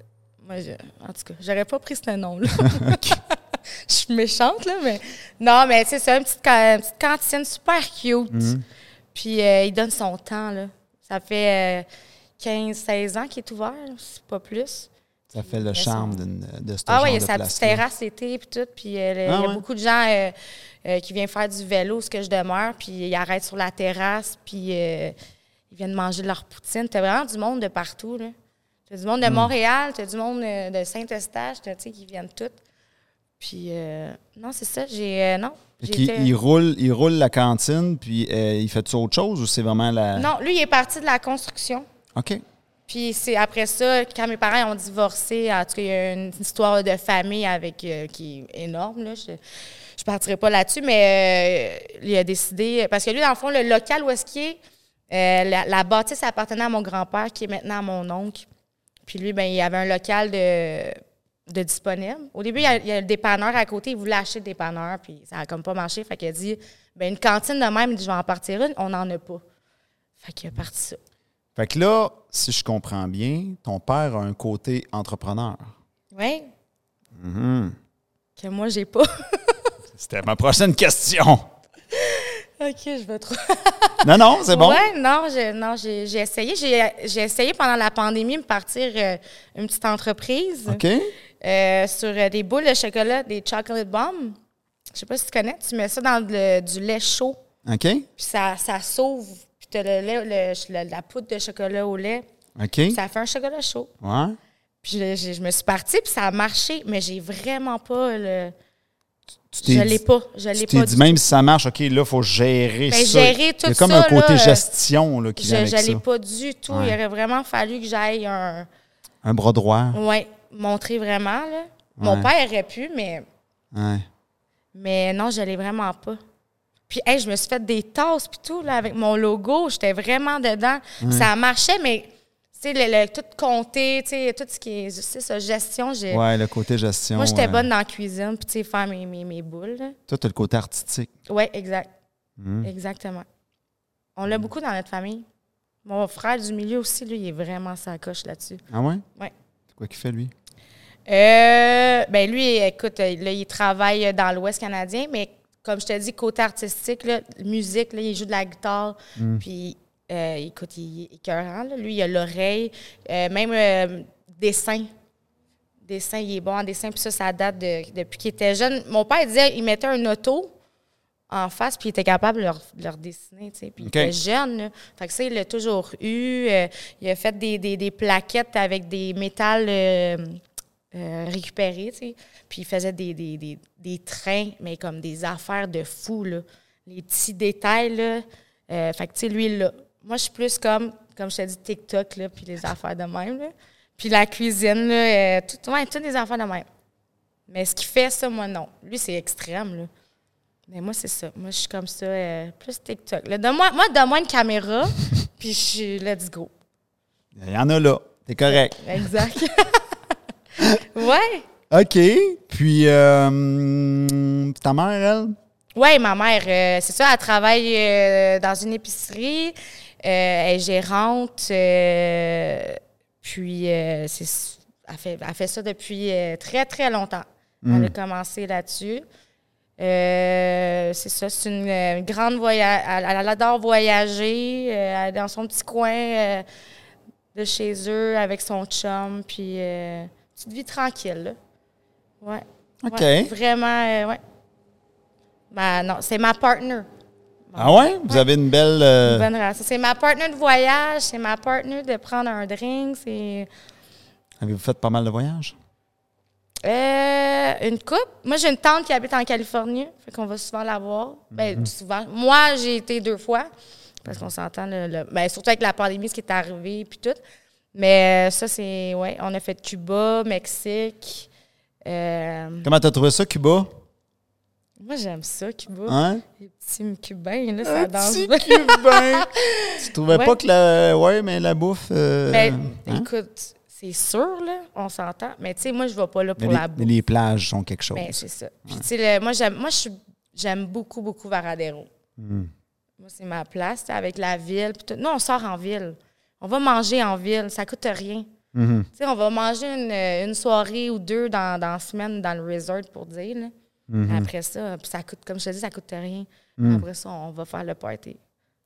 B: Moi, je- en tout cas, j'aurais pas pris ce nom-là. je suis méchante, là, mais. Non, mais c'est ça, une petite, ca- une petite cantine super cute. Puis euh, il donne son temps, là. Ça fait euh, 15, 16 ans qu'il est ouvert, c'est pas plus.
A: Ça fait le
B: Bien
A: charme d'une- de ce
B: Ah
A: genre
B: oui, il y a
A: de
B: sa petite
A: place-là.
B: terrasse l'été, puis tout. Puis euh, le- il
A: Ah
B: y a
A: ouais.
B: beaucoup de gens euh, euh, qui viennent faire du vélo, où ce que je demeure, puis ils arrêtent sur la terrasse, puis euh, ils viennent manger leur poutine. T'as vraiment du monde de partout, là. T'as du monde
A: Hmm.
B: de Montréal, t'as du monde euh, de Saint-Eustache, t'as, tu sais, qui viennent toutes. Puis euh, non, c'est ça, j'ai... euh, non,
A: Fait
B: j'ai
A: qu'il-
B: été-
A: il, roule, il roule la cantine, puis euh, il fait-tu autre chose ou c'est vraiment la.
B: Non, lui, il est parti de la construction.
A: OK.
B: Puis c'est après ça, quand mes parents ont divorcé, en tout cas, il y a une histoire de famille avec euh, qui est énorme. Là. Je ne partirai pas là-dessus, mais euh, il a décidé. Parce que lui, dans le fond, le local où est-ce qu'il est, euh, la, la bâtisse appartenait à mon grand-père, qui est maintenant à mon oncle. Puis lui, ben, il avait un local de, de disponible. Au début, il y, a, il y a le dépanneur à côté, il voulait acheter le dépanneur, puis ça a comme pas marché. Fait qu'il a dit, ben, une cantine de même, il dit, je vais en partir une, on n'en a pas. Fait qu'il a parti ça.
A: Fait que là, si je comprends bien, ton père a un côté entrepreneur.
B: Oui.
A: Mm-hmm.
B: Que moi, j'ai pas.
A: C'était ma prochaine question.
B: OK, je veux trop.
A: Non, non, c'est bon.
B: Ouais, non, je- non, j'ai j'ai essayé. J'ai j'ai essayé pendant la pandémie de partir euh, une petite entreprise
A: OK.
B: euh, sur euh, des boules de chocolat, des chocolate bombs. Je sais pas si tu connais. Tu mets ça dans le- du lait chaud.
A: OK?
B: Puis ça, ça sauve. Puis t'as le lait, le- le- la poudre de chocolat au lait.
A: OK?
B: Puis ça fait un chocolat chaud.
A: Ouais.
B: Puis je, je- je me suis partie, puis ça a marché, mais j'ai vraiment pas le.
A: Tu t'es
B: Je
A: dit-
B: l'ai pas. Je
A: Tu
B: l'ai
A: t'es
B: pas.
A: dit,
B: du
A: même si ça marche, OK, là, il faut gérer
B: Ben,
A: ça.
B: gérer
A: Il y a
B: tout
A: comme
B: ça,
A: un côté
B: là, euh,
A: gestion là, qui
B: Je
A: vient avec
B: je
A: ça.
B: l'ai pas du tout. Il aurait vraiment fallu que j'aille un.
A: Un bras droit.
B: Ouais, montrer vraiment, là. Mon père aurait pu, mais,
A: Ouais.
B: mais non, je l'ai vraiment pas. Puis, hey, je me suis fait des tasses, puis tout, là, avec mon logo. J'étais vraiment dedans. Ça marchait, mais, tu sais, le, le- tout compter, tu sais, tout ce qui est, tu sais, ça, gestion, j'ai.
A: Ouais, le côté gestion.
B: Moi, j'étais
A: euh,
B: bonne dans la cuisine, puis, tu sais, faire mes, mes, mes boules, là.
A: Toi, tu le côté artistique.
B: Oui, exact.
A: Hmm.
B: Exactement. On l'a beaucoup dans notre famille. Mon frère du milieu aussi, lui, il est vraiment sacoche là-dessus.
A: Ah ouais?
B: Ouais.
A: C'est quoi qu'il fait, lui?
B: Euh, ben lui, écoute, euh, là, il travaille dans l'Ouest canadien, mais comme je te dis, côté artistique, là, musique, là, il joue de la guitare, puis euh, écoute, il est écœurant, là. Lui, il a l'oreille, euh, même euh, dessin. Dessin, il est bon en dessin, puis ça, ça date de- depuis qu'il était jeune. Mon père il disait, il mettait un auto en face, puis il était capable de leur, de leur dessiner, tu sais. Puis
A: OK.
B: il était jeune, là. Fait que ça, il l'a toujours eu. Euh, il a fait des, des- des plaquettes avec des métals... euh, euh, récupéré, tu sais. Puis il faisait des, des, des, des trains, mais comme des affaires de fou, là. Les petits détails, là. Euh, fait que, tu sais, lui, là. Moi, je suis plus comme, comme je te dis, TikTok, là, puis les affaires de même, là. Puis la cuisine, là, euh, tout, ouais, toutes les affaires de même. Mais ce qu'il fait, ça, moi, non. Lui, c'est extrême, là. Mais moi, c'est ça. Moi, je suis comme ça, euh, plus TikTok. Là, donne-moi, moi, donne-moi une caméra, puis je suis let's go.
A: Il y en a là. T'es correct.
B: Exact. ouais.
A: OK. Puis, euh, ta mère, elle?
B: Oui, ma mère, euh, c'est ça, elle travaille euh, dans une épicerie, euh, elle est gérante, euh, puis euh, c'est, s- elle, fait, elle fait ça depuis euh, très, très longtemps. Elle a commencé là-dessus. Euh, c'est ça, c'est une euh, grande voyage. Elle, elle adore voyager, euh, elle est dans son petit coin euh, de chez eux avec son chum, puis euh, petite vie tranquille, là. Ouais.
A: OK.
B: Ouais, vraiment, euh, ouais. Ma- non, c'est ma partner.
A: Ah ouais? Vous avez une belle. euh,
B: Bonne race. C'est ma partner de voyage, c'est ma partner de prendre un drink, c'est
A: Avez-vous fait pas mal de voyages?
B: Euh, une coupe. Moi, j'ai une tante qui habite en Californie, fait qu'on va souvent la voir. Ben,
A: Mhm.
B: souvent. Moi, j'ai été deux fois, parce qu'on s'entend, le, le- ben, surtout avec la pandémie, ce qui est arrivé, puis tout. Mais euh, ça, c'est, ouais, on a fait Cuba, Mexique. Euh,
A: Comment t'as trouvé ça, Cuba?
B: moi, j'aime ça, Cuba.
A: Hein?
B: Les petits cubains, là, ça danse
A: Petit
B: bien.
A: Cubain! tu trouvais
B: Ouais.
A: pas que la. Ouais, mais la bouffe. euh,
B: Mais
A: hein?
B: Ben, écoute, c'est sûr, là, on s'entend. Mais tu sais, moi, je ne vais pas là
A: Mais
B: pour
A: les, mais
B: la bouffe.
A: les plages sont quelque chose.
B: Mais Ben, c'est ça. Puis tu sais, le- moi, j'aime, moi, je suis- j'aime beaucoup, beaucoup Varadero. Moi, c'est ma place, tu sais, avec la ville. puis tout. Nous, on sort en ville. On va manger en ville, ça coûte rien. Tu sais, on va manger une, une soirée ou deux dans, dans la semaine dans le resort pour dire. là. Après ça, puis ça coûte, comme je te dis, ça coûte rien. Après ça, on va faire le party.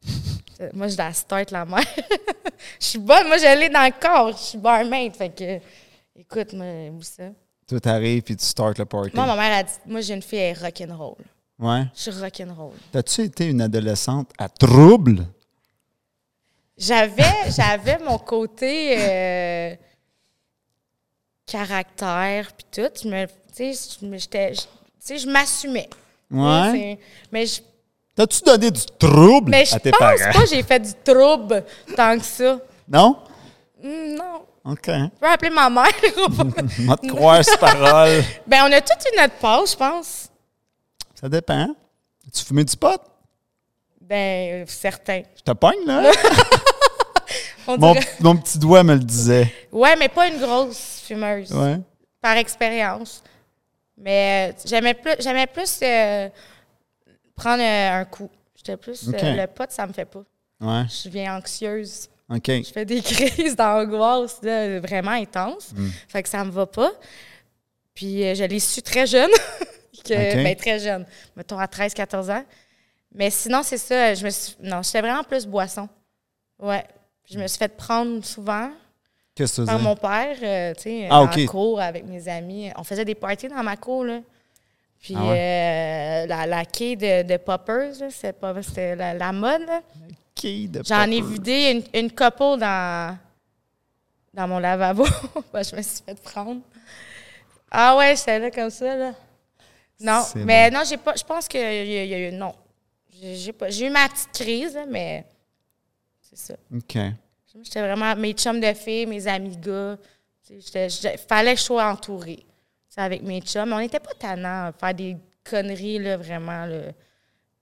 B: moi, je la start la mer. je suis bonne, moi, je l'ai dans le corps. Je suis barmaid. Fait que, écoute, moi, où ça?
A: Toi, t'arrives puis tu starts le party.
B: Moi, ma mère a dit, moi, j'ai une fille, elle est rock'n'roll.
A: Ouais.
B: Je suis rock'n'roll.
A: T'as-tu été une adolescente à trouble?
B: J'avais, j'avais mon côté euh, caractère, puis tout. Je me, tu sais, je me- j'étais- je- tu sais, je m'assumais.
A: Ouais.
B: Tu sais, Mais je,
A: T'as-tu donné du trouble
B: mais je
A: à tes
B: pense
A: parents?
B: pas que j'ai fait du trouble tant que ça.
A: Non?
B: Hum, Non.
A: OK. On
B: Je peux appeler ma mère.
A: va te croire, ces paroles.
B: ben, on a toute une autre pause, je pense.
A: Ça dépend. Tu fumais du pot?
B: Ben, euh, certain.
A: Je te pogne, là.
B: On
A: mon,
B: dirait-
A: mon petit doigt me le disait.
B: Ouais, mais pas une grosse fumeuse.
A: Ouais.
B: par expérience. Mais euh, j'aimais plus, j'aimais plus euh, prendre euh, un coup. J'étais plus euh,
A: Ok.
B: le pot, ça me fait pas.
A: Ouais.
B: Je deviens anxieuse.
A: OK.
B: Je fais des crises d'angoisse là, vraiment intenses.
A: Hmm.
B: Fait que ça me va pas. Puis euh, je l'ai su très jeune. que,
A: Ok.
B: ben, très jeune. Mettons à 13-14 ans. Mais sinon, c'est ça. Je me suis. Non, j'étais vraiment plus boisson. Ouais. Puis je me suis fait prendre souvent.
A: Qu'est-ce que ça
B: Par
A: veut dire?
B: mon père, euh, tu sais,
A: Ah,
B: en
A: ok.
B: cours avec mes amis. On faisait des parties dans ma cour, là. Puis
A: Ah
B: euh, la, la quai de, de poppers, là, c'est pas- c'était la, la mode. là.
A: Qui de
B: J'en ai
A: papa?
B: vidé une, une couple dans, dans mon lavabo. Ben, je me suis fait prendre. Ah ouais, j'étais là comme ça, là. Non,
A: C'est
B: mais non, j'ai pas. Je pense que y a- y a eu. Non. J'ai j'ai pas- j'ai eu ma petite crise, là, mais c'est ça.
A: OK.
B: J'étais vraiment mes chums de filles, mes amis gars. Tu sais, j'étais- j'étais- Fallait que je sois entourée. tu sais, Avec mes chums. Mais on n'était pas tannants à faire des conneries là, vraiment là,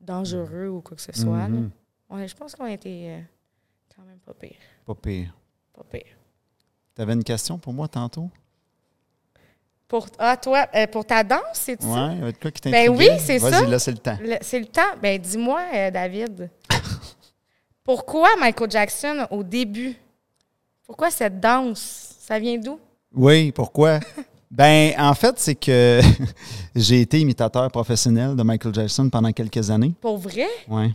B: dangereux ou quoi que ce soit. là. On- je pense qu'on était euh, quand même pas pire.
A: Pas pire.
B: Pas pire.
A: T'avais une question pour moi tantôt?
B: Pour, ah, toi, euh, pour ta danse, c'est
A: Ouais,
B: ça?
A: il y avait de quoi qui
B: Ben
A: t'intriguait?
B: oui, c'est ça.
A: Vas-y, là, c'est le temps.
B: Le- C'est le temps. Ben, dis-moi, euh, David. pourquoi Michael Jackson au début? Pourquoi cette danse? Ça vient d'où?
A: Oui, pourquoi? ben, en fait, c'est que j'ai été imitateur professionnel de Michael Jackson pendant quelques années.
B: Pour vrai?
A: Ouais.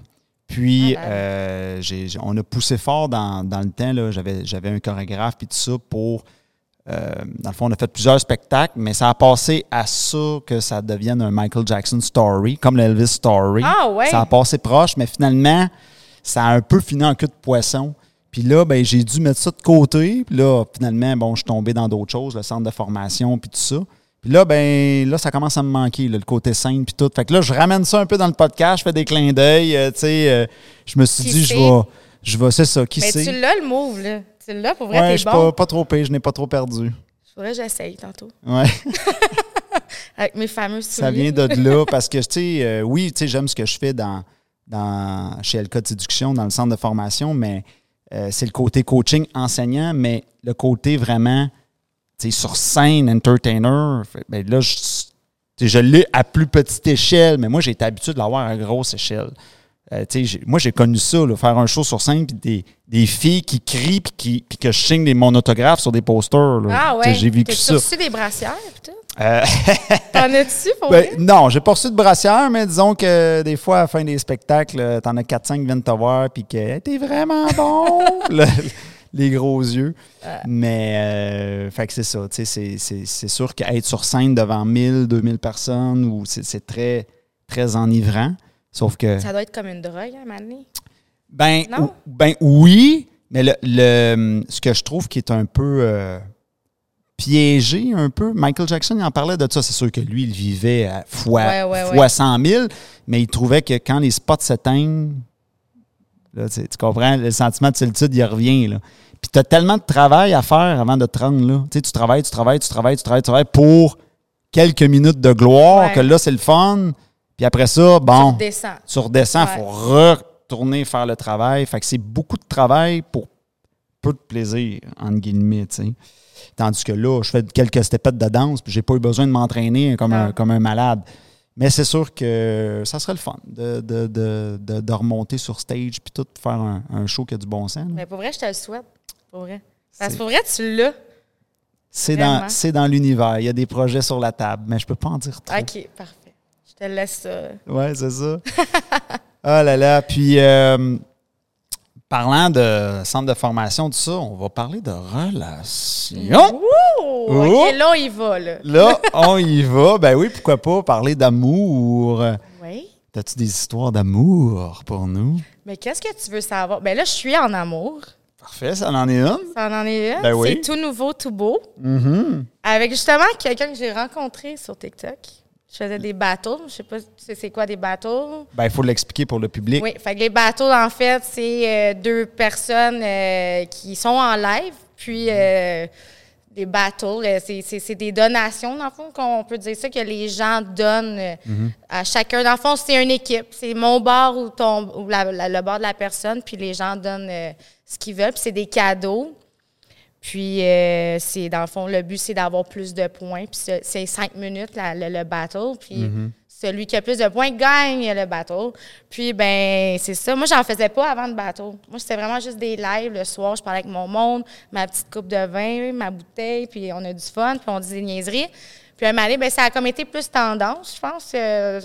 A: Puis,
B: Ah ben.
A: euh, j'ai- j'ai- on a poussé fort dans, dans le temps. là. J'avais j'avais un chorégraphe puis tout ça pour. euh, dans le fond, on a fait plusieurs spectacles, mais ça a passé à ça que ça devienne un Michael Jackson story, comme l'Elvis story.
B: Ah ouais?
A: Ça a passé proche, mais finalement, ça a un peu fini en queue de poisson. Puis là, ben, j'ai dû mettre ça de côté. Puis là, finalement, bon, je suis tombé dans d'autres choses, le centre de formation, puis tout ça. Puis là, ben, là, ça commence à me manquer, là, le côté scène, puis tout. Fait que là, je ramène ça un peu dans le podcast, je fais des clins d'œil, euh, tu sais. euh, je me suis
B: Qui
A: dit,
B: sait?
A: je vais, je vais, c'est ça, qui
B: Mais
A: sait?
B: Ben, tu l'as le move, là. Tu l'as pour vrai,
A: ouais, je
B: t'es
A: suis
B: bon.
A: pas, pas trop payé, je n'ai pas trop perdu.
B: Faudrait que j'essaye tantôt.
A: Ouais.
B: Avec mes fameux
A: Ça
B: souliers.
A: vient de là parce que, tu sais, euh, oui, tu sais, j'aime ce que je fais dans, dans, chez LK Déduction, dans le centre de formation, mais euh, c'est le côté coaching enseignant, mais le côté vraiment, tu sais, sur scène, entertainer, fait- ben là, je, tu sais, je l'ai à plus petite échelle, mais moi, j'ai été habitué de l'avoir à grosse échelle. Euh, tu sais, j'ai- moi, j'ai connu ça, là, faire un show sur scène, puis des, des filles qui crient, puis qui- puis que je signe des- mon autographe sur des posters. là.
B: Ah
A: Tu
B: ouais.
A: sais, J'ai vécu
B: T'as-tu
A: ça.
B: reçu des brassières, putain?
A: Euh,
B: T'en as-tu pour
A: Ben,
B: vrai?
A: non, j'ai pas reçu de brassière, mais disons que des fois, à la fin des spectacles, euh, t'en as 4-5 qui viennent te voir, puis que Hey, t'es vraiment bon! Le- les gros yeux. Mais, euh, fait que c'est ça. tu sais, C'est, c'est, c'est sûr qu'être sur scène devant 1000, 2000 personnes, ou c'est, c'est très, très enivrant. Sauf que.
B: Ça doit être comme une drogue, hein, Mané.
A: Ben,
B: Non?
A: ou- ben oui, mais le, le- ce que je trouve qui est un peu euh, piégé, un peu, Michael Jackson, il en parlait de ça. C'est sûr que lui, il vivait à fois,
B: Ouais, ouais,
A: fois
B: ouais.
A: 100 000, mais il trouvait que quand les spots s'éteignent, là, tu, sais, tu comprends, le sentiment de solitude, il revient. Là. Puis tu as tellement de travail à faire avant de te rendre là. Tu, sais, tu travailles, tu travailles, tu travailles, tu travailles, tu travailles pour quelques minutes de gloire,
B: Ouais.
A: que là, c'est le fun. Puis après ça,
B: Tu
A: bon
B: redescends.
A: tu redescends, il
B: Ouais.
A: faut retourner faire le travail. Fait que c'est beaucoup de travail pour peu de plaisir, entre guillemets, tu sais. Tandis que là, je fais quelques stepettes de danse, puis j'ai pas eu besoin de m'entraîner comme, un,
B: Non.
A: comme un malade. Mais c'est sûr que ça serait le fun de, de, de, de- de remonter sur stage puis tout, faire un, un show qui a du bon sens. là.
B: Mais Ben, pour vrai, je te le souhaite. Pour vrai. Parce
A: C'est-
B: que pour vrai, tu l'as.
A: C'est dans,
B: vraiment.
A: c'est dans l'univers. Il y a des projets sur la table, mais je peux pas en dire trop.
B: OK, parfait. Je te laisse ça.
A: Ouais, c'est ça. Ah là là. Puis, euh, parlant de centre de formation, tout ça, on va parler de relations.
B: Ouh!
A: Oh!
B: OK, là, on y va, là.
A: Là, on y va. Ben oui, pourquoi pas parler d'amour.
B: Oui.
A: T'as-tu des histoires d'amour pour nous?
B: Mais qu'est-ce que tu veux savoir? Ben là, je suis en amour.
A: Parfait, ça en est une.
B: Ça en est une.
A: Ben oui.
B: C'est tout nouveau, tout beau. Avec justement quelqu'un que j'ai rencontré sur TikTok. Je faisais des battles. Je sais pas si c'est- c'est quoi des battles.
A: Ben, il faut l'expliquer pour le public.
B: Oui, fait que les battles, en fait, c'est euh, deux personnes euh, qui sont en live, puis euh, des battles, euh, c'est- c'est c'est des donations, dans le fond, qu'on peut dire ça, que les gens donnent euh, à chacun. Dans le fond, c'est une équipe. C'est mon bord ou, ton, ou la- la- le bord de la personne, puis les gens donnent euh, ce qu'ils veulent, puis c'est des cadeaux. Puis, euh, c'est dans le fond, le but, c'est d'avoir plus de points. Puis, c'est- c'est cinq minutes la- le, le battle. Puis, celui qui a plus de points gagne le battle. Puis, ben c'est ça. Moi, j'en faisais pas avant le battle. Moi, c'était vraiment juste des lives. Le soir, je parlais avec mon monde, ma petite coupe de vin, ma bouteille. Puis, on a du fun. Puis, on dit des niaiseries. Puis, un moment donné, ben, ça a comme été plus tendance, je pense. euh,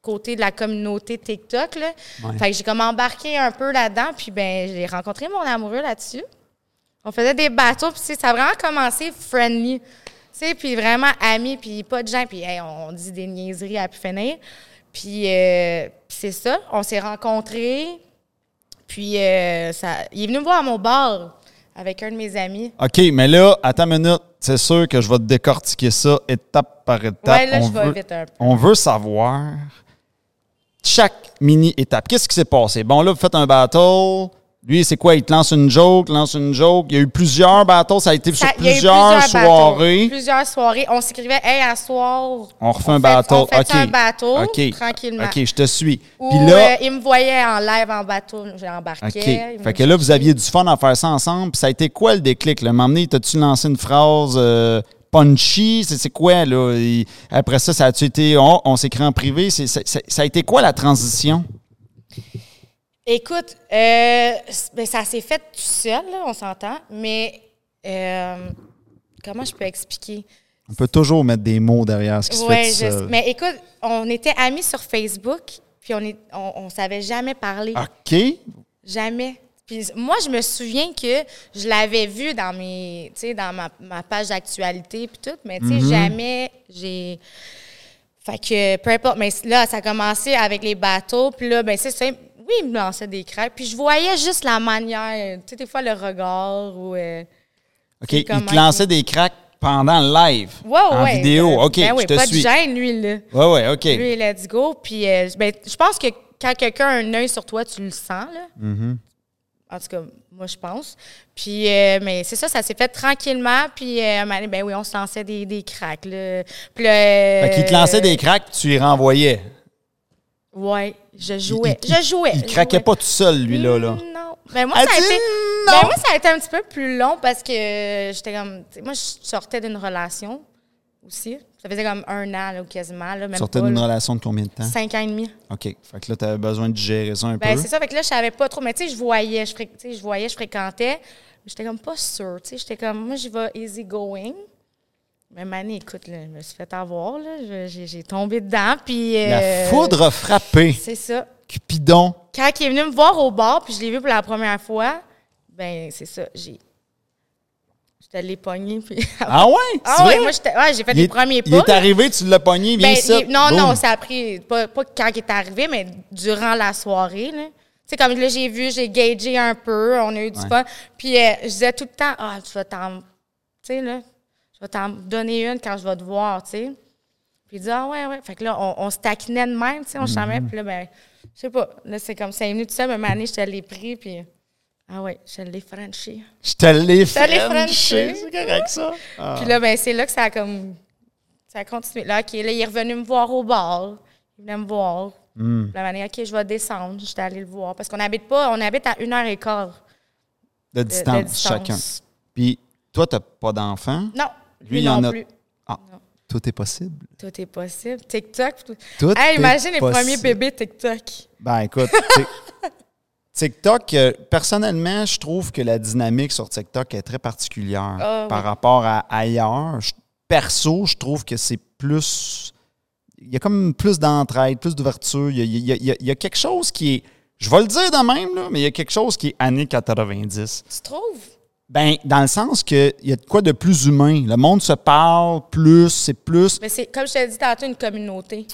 B: côté de la communauté TikTok. Là.
A: Ouais.
B: Fait que j'ai comme embarqué un peu là-dedans, puis ben j'ai rencontré mon amoureux là-dessus. On faisait des bateaux, puis tu sais, ça a vraiment commencé friendly. sais, puis vraiment amis, puis pas de gens, puis hey, on dit des niaiseries à plus finir. Puis euh, puis c'est ça, on s'est rencontrés, puis euh, ça, il est venu me voir à mon bar avec un de mes amis.
A: OK, mais là, attends une minute. C'est sûr que je vais te décortiquer ça étape par étape.
B: Ouais, là,
A: on
B: je vais
A: veut,
B: vite un peu.
A: On veut savoir chaque mini-étape. Qu'est-ce qui s'est passé? Bon, là, vous faites un battle. Lui, c'est quoi? Il te lance une joke, lance une joke. Il y a eu plusieurs battles. Ça a été sur
B: Ça- il y a eu
A: plusieurs,
B: battles,
A: soirées.
B: plusieurs soirées. On s'écrivait, hey, à soir.
A: On refait un
B: fait-
A: battle.
B: On fait
A: OK.
B: un battle,
A: OK.
B: tranquillement.
A: OK, je te suis.
B: Ou,
A: Puis là,
B: euh, il me voyait en live en bateau, j'embarquais.
A: OK.
B: il me
A: Fait que là, vous
B: cherchait.
A: aviez du fun à faire ça ensemble. Puis Ça a été quoi le déclic? Là? M'emmener, t'as-tu lancé une phrase euh, punchy? C'est, c'est quoi, là? Et après ça, ça a-tu été. On, on s'écrit en privé? C'est, c'est- c'est- ça a été quoi la transition?
B: Écoute, euh, c'est- ben, ça s'est fait tout seul, là, on s'entend, mais euh, comment je peux expliquer?
A: On peut toujours mettre des mots derrière ce qui
B: Ouais,
A: se fait. tout
B: je-
A: seul.
B: mais écoute, on était amis sur Facebook, puis on est, on, on savait jamais parler.
A: Ah, OK.
B: Jamais. Puis moi, je me souviens que je l'avais vu dans mes, tu sais, dans ma, ma page d'actualité puis tout, mais tu
A: Mhm.
B: sais, jamais j'ai. Fait que peu importe. Mais là, ça a commencé avec les bateaux, puis là, ben c'est ça. Oui, il me lançait des crêpes. Puis je voyais juste la manière, tu sais, des fois le regard ou. euh,
A: OK.
B: C'est
A: Il
B: comment
A: te lançait des cracks pendant le live.
B: Ouais,
A: en
B: ouais,
A: vidéo.
B: euh,
A: OK.
B: ben oui,
A: je te
B: pas
A: suis.
B: de gêne, lui, là.
A: Ouais, ouais, OK.
B: Lui, let's go. Puis euh, ben, je pense que quand quelqu'un a un œil sur toi, tu le sens, là.
A: Mm-hmm.
B: En tout cas, moi, je pense. Puis, euh, mais c'est ça, ça s'est fait tranquillement. Puis, euh, un moment donné, ben oui, on se lançait des, des cracks, là. Puis, là,
A: Fait qu'il
B: euh,
A: te lançait des cracks, puis tu y renvoyais.
B: Ouais, je jouais.
A: Il- il-
B: je jouais.
A: Il
B: je
A: craquait
B: jouais.
A: pas tout seul, lui-là. Là.
B: Mm, Non. Ben moi,
A: Elle
B: ça a
A: dit
B: été,
A: non.
B: ben, moi, ça a été un petit peu plus long parce que euh, j'étais comme. tu sais, Moi, je sortais d'une relation aussi. Ça faisait comme un an, là, ou quasiment. Là, même
A: Tu sortais
B: pas,
A: d'une
B: là.
A: relation de combien de temps?
B: Cinq ans et demi.
A: OK. Fait que là, t'avais besoin de gérer ça un
B: Ben,
A: peu.
B: c'est ça. Fait que là, je savais pas trop. Mais tu sais, je voyais, je, fré- tu sais, je voyais, je fréquentais. Mais J'étais comme pas sûre. Tu sais, j'étais comme, moi, j'y vais easy going. Mais Mané, écoute, là, je me suis fait avoir. Là. Je- J'ai j'ai tombé dedans. Puis.
A: La
B: euh,
A: foudre a frappé.
B: C'est ça.
A: Cupidon.
B: Quand il est venu me voir au bar, puis je l'ai vu pour la première fois, ben, c'est ça. J'ai. J'étais allée pogner. Puis...
A: Ah ouais? C'est
B: Ah
A: vrai?
B: ouais, moi, j'étais- ouais, j'ai fait
A: Il
B: les
A: est-
B: premiers pas.
A: Il est
B: là.
A: arrivé, tu l'as pogné, viens
B: Ben,
A: ici.
B: il- non,
A: Boum.
B: non, ça a pris, pas, pas quand il est arrivé, mais durant la soirée. Là. Tu sais, comme là, j'ai vu, j'ai gagé un peu, on a eu du
A: Ouais.
B: fun. Puis euh, je disais tout le temps, ah, tu vas t'en. Tu sais, là, je vais t'en donner une quand je vais te voir, tu sais. Puis il dit, ah, ouais, ouais. Fait que là, on, on se taquinait de même, tu sais, on se
A: Mm-hmm.
B: chamait. Puis là, ben, je sais pas, là, c'est comme ça, est venu tout ça, mais ma année, je te l'ai pris, puis. Ah, ouais, je l'ai franchi.
A: Je te l'ai
B: te l'ai
A: frenché.
B: frenché.
A: C'est correct, ça. Ah.
B: Puis là, ben, c'est là que ça a comme. Ça a continué. Là, OK, là, il est revenu me voir au bar. Il venait me voir.
A: Hmm.
B: Puis La manière, OK, je vais descendre. J'étais allée le voir. Parce qu'on n'habite pas, on habite à une heure et quart.
A: De
B: de
A: distance,
B: distance.
A: chacun. Puis, toi, t'as pas d'enfant.
B: Non.
A: Lui,
B: Lui,
A: il y
B: non
A: en a.
B: plus.
A: Ah, tout est possible.
B: Tout est possible. TikTok. Tout.
A: Tout est
B: Hey, imagine les
A: possible.
B: premiers bébés TikTok.
A: Ben, écoute, tic- TikTok, euh, personnellement, je trouve que la dynamique sur TikTok est très particulière
B: Ah,
A: par
B: oui.
A: rapport à ailleurs. Je- perso, je trouve que c'est plus. Il y a comme plus d'entraide, plus d'ouverture. Il y a, il y a- il y a- il y a quelque chose qui est. Je vais le dire de même, là, mais il y a quelque chose qui est années 90.
B: Tu trouves?
A: Ben, dans le sens qu'il y a de quoi de plus humain. Le monde se parle plus, c'est plus.
B: Mais c'est, comme je t'ai dit tantôt, une communauté.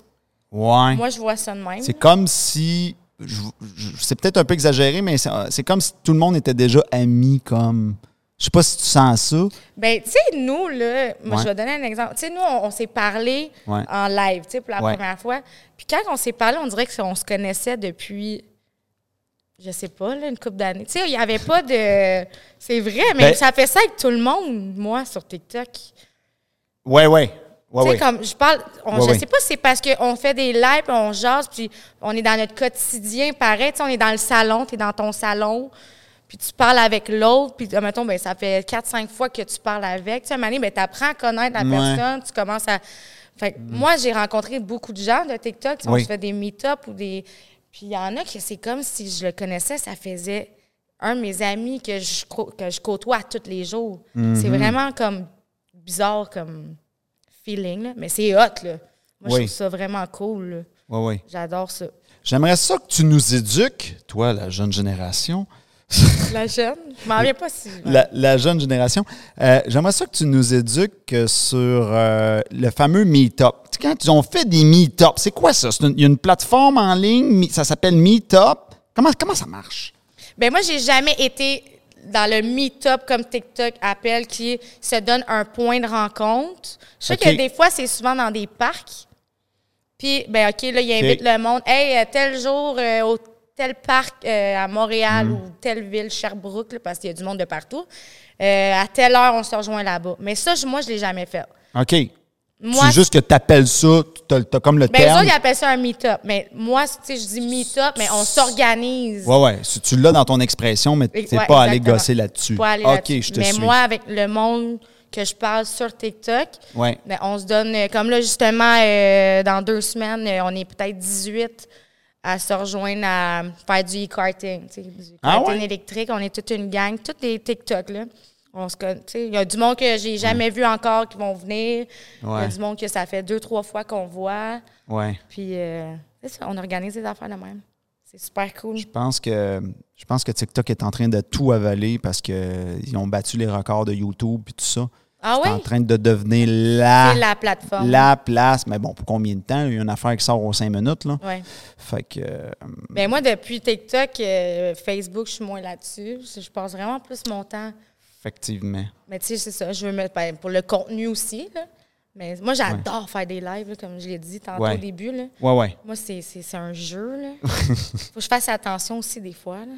A: Ouais.
B: Moi, je vois ça de même.
A: C'est comme si. je- je- C'est peut-être un peu exagéré, mais c'est euh, c'est comme si tout le monde était déjà ami, comme. Je sais pas si tu sens ça.
B: Ben, tu sais, nous, là, moi,
A: Ouais.
B: je vais donner un exemple. Tu sais, nous, on, on s'est parlé
A: Ouais.
B: en live, tu sais, pour la
A: Ouais.
B: première fois. Puis quand on s'est parlé, on dirait qu'on se connaissait depuis, je sais pas, là, une couple d'années. Tu sais, il n'y avait pas de. C'est vrai, mais
A: Ben-
B: ça fait ça avec tout le monde, moi, sur TikTok.
A: Ouais, ouais. Ouais,
B: tu sais,
A: ouais.
B: comme je parle, on-
A: Ouais,
B: je
A: ouais.
B: sais pas si c'est parce qu'on fait des lives, on jase, puis on est dans notre quotidien pareil. Tu sais, on est dans le salon, tu es dans ton salon, puis tu parles avec l'autre, puis ah, mettons, ben, ça fait 4-5 fois que tu parles avec. Tu sais, à un moment donné, ben, tu apprends à connaître la
A: Ouais.
B: personne, tu commences à. Fait que moi, j'ai rencontré beaucoup de gens de TikTok, tu sais, on
A: Oui.
B: se fait des meet-up ou des. Puis il y en a que c'est comme si je le connaissais, ça faisait un de mes amis que je, cro- que je côtoie tous les jours.
A: Mm-hmm.
B: C'est vraiment comme bizarre comme feeling, là. mais c'est hot. Là. Moi, je
A: Oui.
B: trouve ça vraiment cool. là.
A: Ouais, ouais.
B: J'adore ça.
A: J'aimerais ça que tu nous éduques, toi, la jeune génération,
B: La jeune. Je m'en viens pas si.
A: la, la jeune génération. Euh, J'aimerais ça que tu nous éduques euh, sur euh, le fameux Meetup. Tu sais, Quand ils ont fait des Meetup, c'est quoi ça? C'est une- Il y a une plateforme en ligne, Mi- ça s'appelle Meetup. Comment, comment ça marche?
B: Ben moi, j'ai jamais été dans le meet-up comme TikTok appelle, qui se donne un point de rencontre. Je sais
A: OK.
B: que des fois, c'est souvent dans des parcs. Puis, ben OK, là, il invite le monde. Hey, euh, tel jour, euh, au tel parc euh, à Montréal
A: Mhm.
B: ou telle ville, Sherbrooke, là, parce qu'il y a du monde de partout. Euh, à telle heure, on se rejoint là-bas. Mais ça, je- moi, je l'ai jamais fait.
A: OK.
B: Moi,
A: c'est juste que tu appelles ça, tu as, comme le
B: ben, eux
A: terme.
B: autres, ils appellent ça un meet-up. Mais moi, tu sais, je dis meet-up, mais on s'organise.
A: Ouais, ouais. Si tu l'as dans ton expression, mais tu
B: Et-
A: n'es
B: ouais,
A: pas allé
B: exactement.
A: gosser là-dessus.
B: Pas aller
A: OK,
B: là-dessus.
A: je te
B: Mais
A: suis.
B: moi, avec le monde que je parle sur TikTok,
A: Ouais.
B: ben, on se donne, euh, comme là, justement, euh, dans deux semaines, euh, on est peut-être 18 à se rejoindre à faire du e-karting, tu sais, du
A: Ah
B: karting
A: ouais?
B: électrique. On est toute une gang, toutes des TikTok, là. On se conna- tu sais, Il y a du monde que j'ai jamais vu encore qui vont venir. Il y
A: Ouais.
B: a du monde que ça fait deux, trois fois qu'on voit.
A: Ouais.
B: Puis, euh, c'est ça, on organise des affaires de même. C'est super cool.
A: Je pense que je pense que TikTok est en train de tout avaler parce qu'ils ont battu les records de YouTube et tout ça.
B: Ah
A: C'est en
B: oui?
A: train de devenir la,
B: C'est la plateforme.
A: la place. Mais bon, pour combien de temps? Il y a une affaire qui sort aux cinq minutes. Là.
B: Ouais.
A: Fait que. euh,
B: Ben moi, depuis TikTok, euh, Facebook, je suis moins là-dessus. Je je passe vraiment plus mon temps.
A: Effectivement.
B: Mais tu sais, c'est ça. Je veux mettre ben, pour le contenu aussi. là. Mais moi, j'adore faire des lives, là, comme je l'ai dit tantôt
A: Ouais.
B: au début. là.
A: Ouais, ouais.
B: Moi, c'est c'est- c'est un jeu. Là. Faut que je fasse attention aussi des fois. là.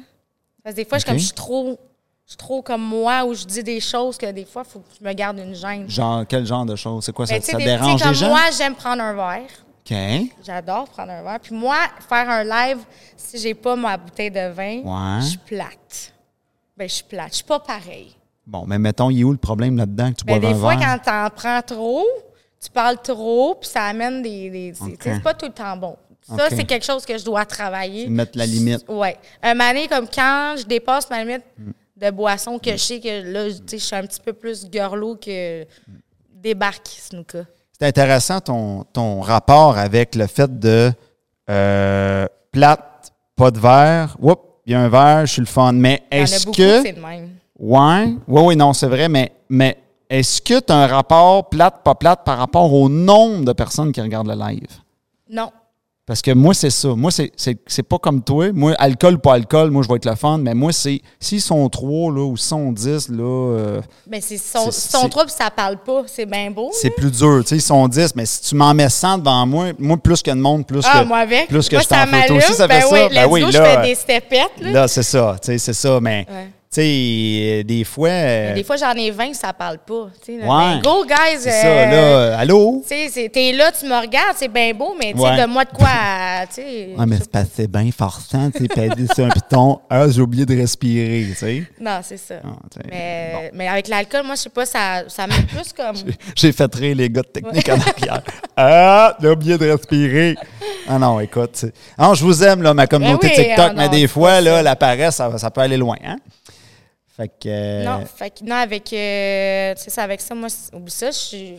B: Parce que des fois, je, suis
A: Ok.
B: comme, je suis trop. Je suis trop comme moi où je dis des choses que des fois, faut que je me garde une gêne.
A: Genre, quel genre de choses? C'est quoi
B: Ben,
A: ça?
B: tu sais,
A: Ça
B: des- tu sais,
A: dérange les
B: comme
A: gens?
B: moi, j'aime prendre un verre.
A: OK.
B: J'adore prendre un verre. Puis moi, faire un live, si j'ai pas ma bouteille de vin,
A: Ouais.
B: je suis plate. Ben, je suis plate. Je suis pas pareil.
A: Bon, mais mettons, il est où le problème là-dedans que tu
B: Ben,
A: bois
B: des
A: un
B: fois,
A: verre?
B: quand t'en prends trop, tu parles trop, puis ça amène des. des- c'est-
A: OK.
B: tu sais, C'est pas tout le temps bon. Ça,
A: OK.
B: c'est quelque chose que je dois travailler.
A: C'est de mettre la limite.
B: Oui. Un mané, comme quand je dépasse ma limite
A: Mm.
B: de boisson, que je sais que là, tu sais, je suis un petit peu plus gorlot que débarque, Snooka.
A: C'est intéressant ton, ton rapport avec le fait de euh, plate, pas de verre. Oups, il y a un verre, je suis le fun. Mais
B: Il y en a
A: est-ce
B: beaucoup,
A: que.
B: c'est de même.
A: Ouais, oui, oui, non, c'est vrai, mais, mais est-ce que tu as un rapport plate, pas plate par rapport au nombre de personnes qui regardent le live?
B: Non.
A: Parce que moi, c'est ça. Moi, c'est- c'est c'est pas comme toi. Moi, alcool, pas alcool, moi, je vais être le fun, mais moi, c'est s'ils sont trois là, ou s'ils sont dix, là, euh,
B: Mais c'est son,
A: C'est-
B: son
A: c'est-
B: trouble, ça parle pas. C'est bien beau.
A: c'est plus dur. Tu sais, ils sont dix, mais si tu m'en mets 100 devant moi, moi, plus que de monde, plus
B: Ah,
A: que,
B: moi avec.
A: plus que
B: moi,
A: je t'en fais. Toi
B: m'allume.
A: aussi, ça fait
B: ben
A: ça.
B: Oui,
A: Ben
B: let's
A: oui,
B: go,
A: là,
B: je fais
A: euh,
B: des stepettes. Là.
A: là, c'est ça. Tu sais, c'est ça. Mais,
B: Ouais.
A: tu sais, euh, des fois. euh,
B: Des fois, j'en ai 20, ça parle pas. tu sais, là.
A: Ouais.
B: Ben, go, guys.
A: c'est
B: euh,
A: ça, là. euh, Allô?
B: Tu sais, c'est- t'es là, tu me regardes, c'est bien beau, mais tu sais,
A: Ouais.
B: donne-moi de quoi. à- Tu sais.
A: Ah, mais c'est parce que c'est bien forçant, tu sais, puis c'est un piton, ah, j'ai oublié de respirer, tu sais.
B: Non, c'est ça.
A: Ah, tu sais,
B: mais, mais avec l'alcool, moi, je sais pas, ça, ça me met plus comme.
A: J'ai fait rire les gars de technique en arrière. Ah, j'ai oublié de respirer. Ah non, écoute, c'est- ah, je vous aime, là, ma communauté
B: Ben oui,
A: TikTok,
B: ah
A: mais
B: non,
A: des
B: c'est
A: fois,
B: pas
A: là,
B: ça.
A: la paresse, ça, ça peut aller loin, hein? Fait que... euh,
B: Non, fait que, non, avec. euh, tu sais, ça, avec ça, moi, c'est- oublie ça, je suis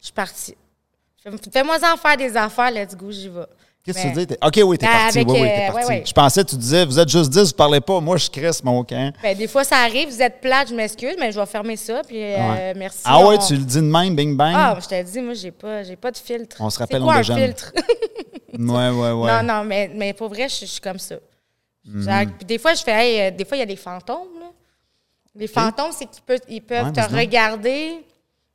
B: je suis partie. Fais- Fais-moi en faire des affaires, let's go, j'y vais.
A: Qu'est-ce que
B: Mais-
A: tu dis? T'es- OK, oui, t'es
B: Ben,
A: parti,
B: avec,
A: oui, oui,
B: euh,
A: t'es
B: ouais,
A: parti.
B: ouais.
A: Je pensais, tu disais, vous êtes juste 10, vous parlez pas, moi, je crisse mon camp.
B: Ben, des fois, ça arrive, vous êtes plate, je m'excuse, mais je vais fermer ça, puis euh,
A: Ouais.
B: merci.
A: ah ouais,
B: on-
A: tu le dis de même, bing bang?
B: Ah, je t'ai dit, moi, j'ai pas, j'ai pas de filtre.
A: On se
B: C'est
A: rappelle,
B: quoi
A: on
B: un
A: déjeune.
B: filtre?
A: ouais, ouais, ouais.
B: Non, non, mais, mais pour vrai, je, je suis comme ça.
A: Mm-hmm.
B: Genre, puis des fois, je fais, hey, euh, des fois, il y a des fantômes, là. Les fantômes, c'est qu'ils peuvent, ils peuvent
A: Ouais,
B: te
A: vas-y donc.
B: regarder,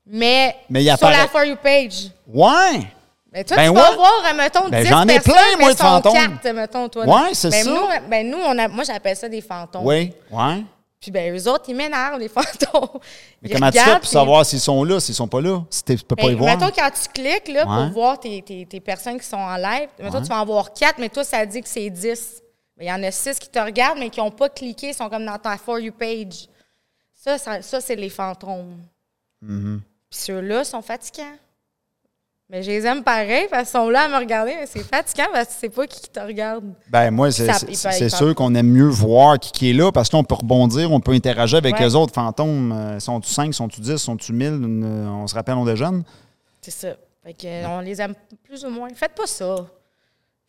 B: mais,
A: Mais il
B: sur
A: apparaît-
B: la For You page.
A: Ouais!
B: Mais toi,
A: Ben
B: tu vas
A: ouais.
B: voir, euh, mettons,
A: Ben,
B: 10
A: j'en ai
B: personnes,
A: plein, moi,
B: mais
A: de
B: sont
A: fantômes.
B: quatre, mettons, toi.
A: Ouais, c'est
B: Ben,
A: ça.
B: Nous, ben, nous, on a, moi, j'appelle ça des fantômes.
A: Oui, ouais.
B: Puis, ben, eux autres, ils m'énervent, les fantômes.
A: Mais
B: Ils
A: comment tu fais
B: regardent,
A: pour
B: puis-
A: savoir s'ils sont là, s'ils sont pas là? Si t'es- tu peux pas
B: Ben,
A: les voir.
B: Mettons, quand tu cliques là,
A: Ouais.
B: pour voir tes, tes- tes personnes qui sont en live, mettons,
A: Ouais.
B: tu vas en voir quatre, mais toi, ça dit que c'est dix. Ben, Il y en a six qui te regardent, mais qui n'ont pas cliqué, ils sont comme dans ta For You page. Ça, ça, ça, c'est les fantômes.
A: Mm-hmm.
B: Puis ceux-là sont fatigants. Mais je les aime pareil, parce qu'ils sont là à me regarder, mais c'est fatigant parce que tu sais pas qui qui te regarde.
A: Ben moi, c'est
B: Ça-
A: c'est-
B: il peut-
A: c'est
B: il peut-
A: sûr qu'on aime mieux voir qui, qui est là parce qu'on peut rebondir, on peut interagir avec
B: Ouais.
A: les autres fantômes. Euh, Sont-tu 5, sont-tu 10, sont-tu 1000? Euh, On se rappelle, on déjeune.
B: C'est ça. Fait que, euh, on les aime plus ou moins. Faites pas ça.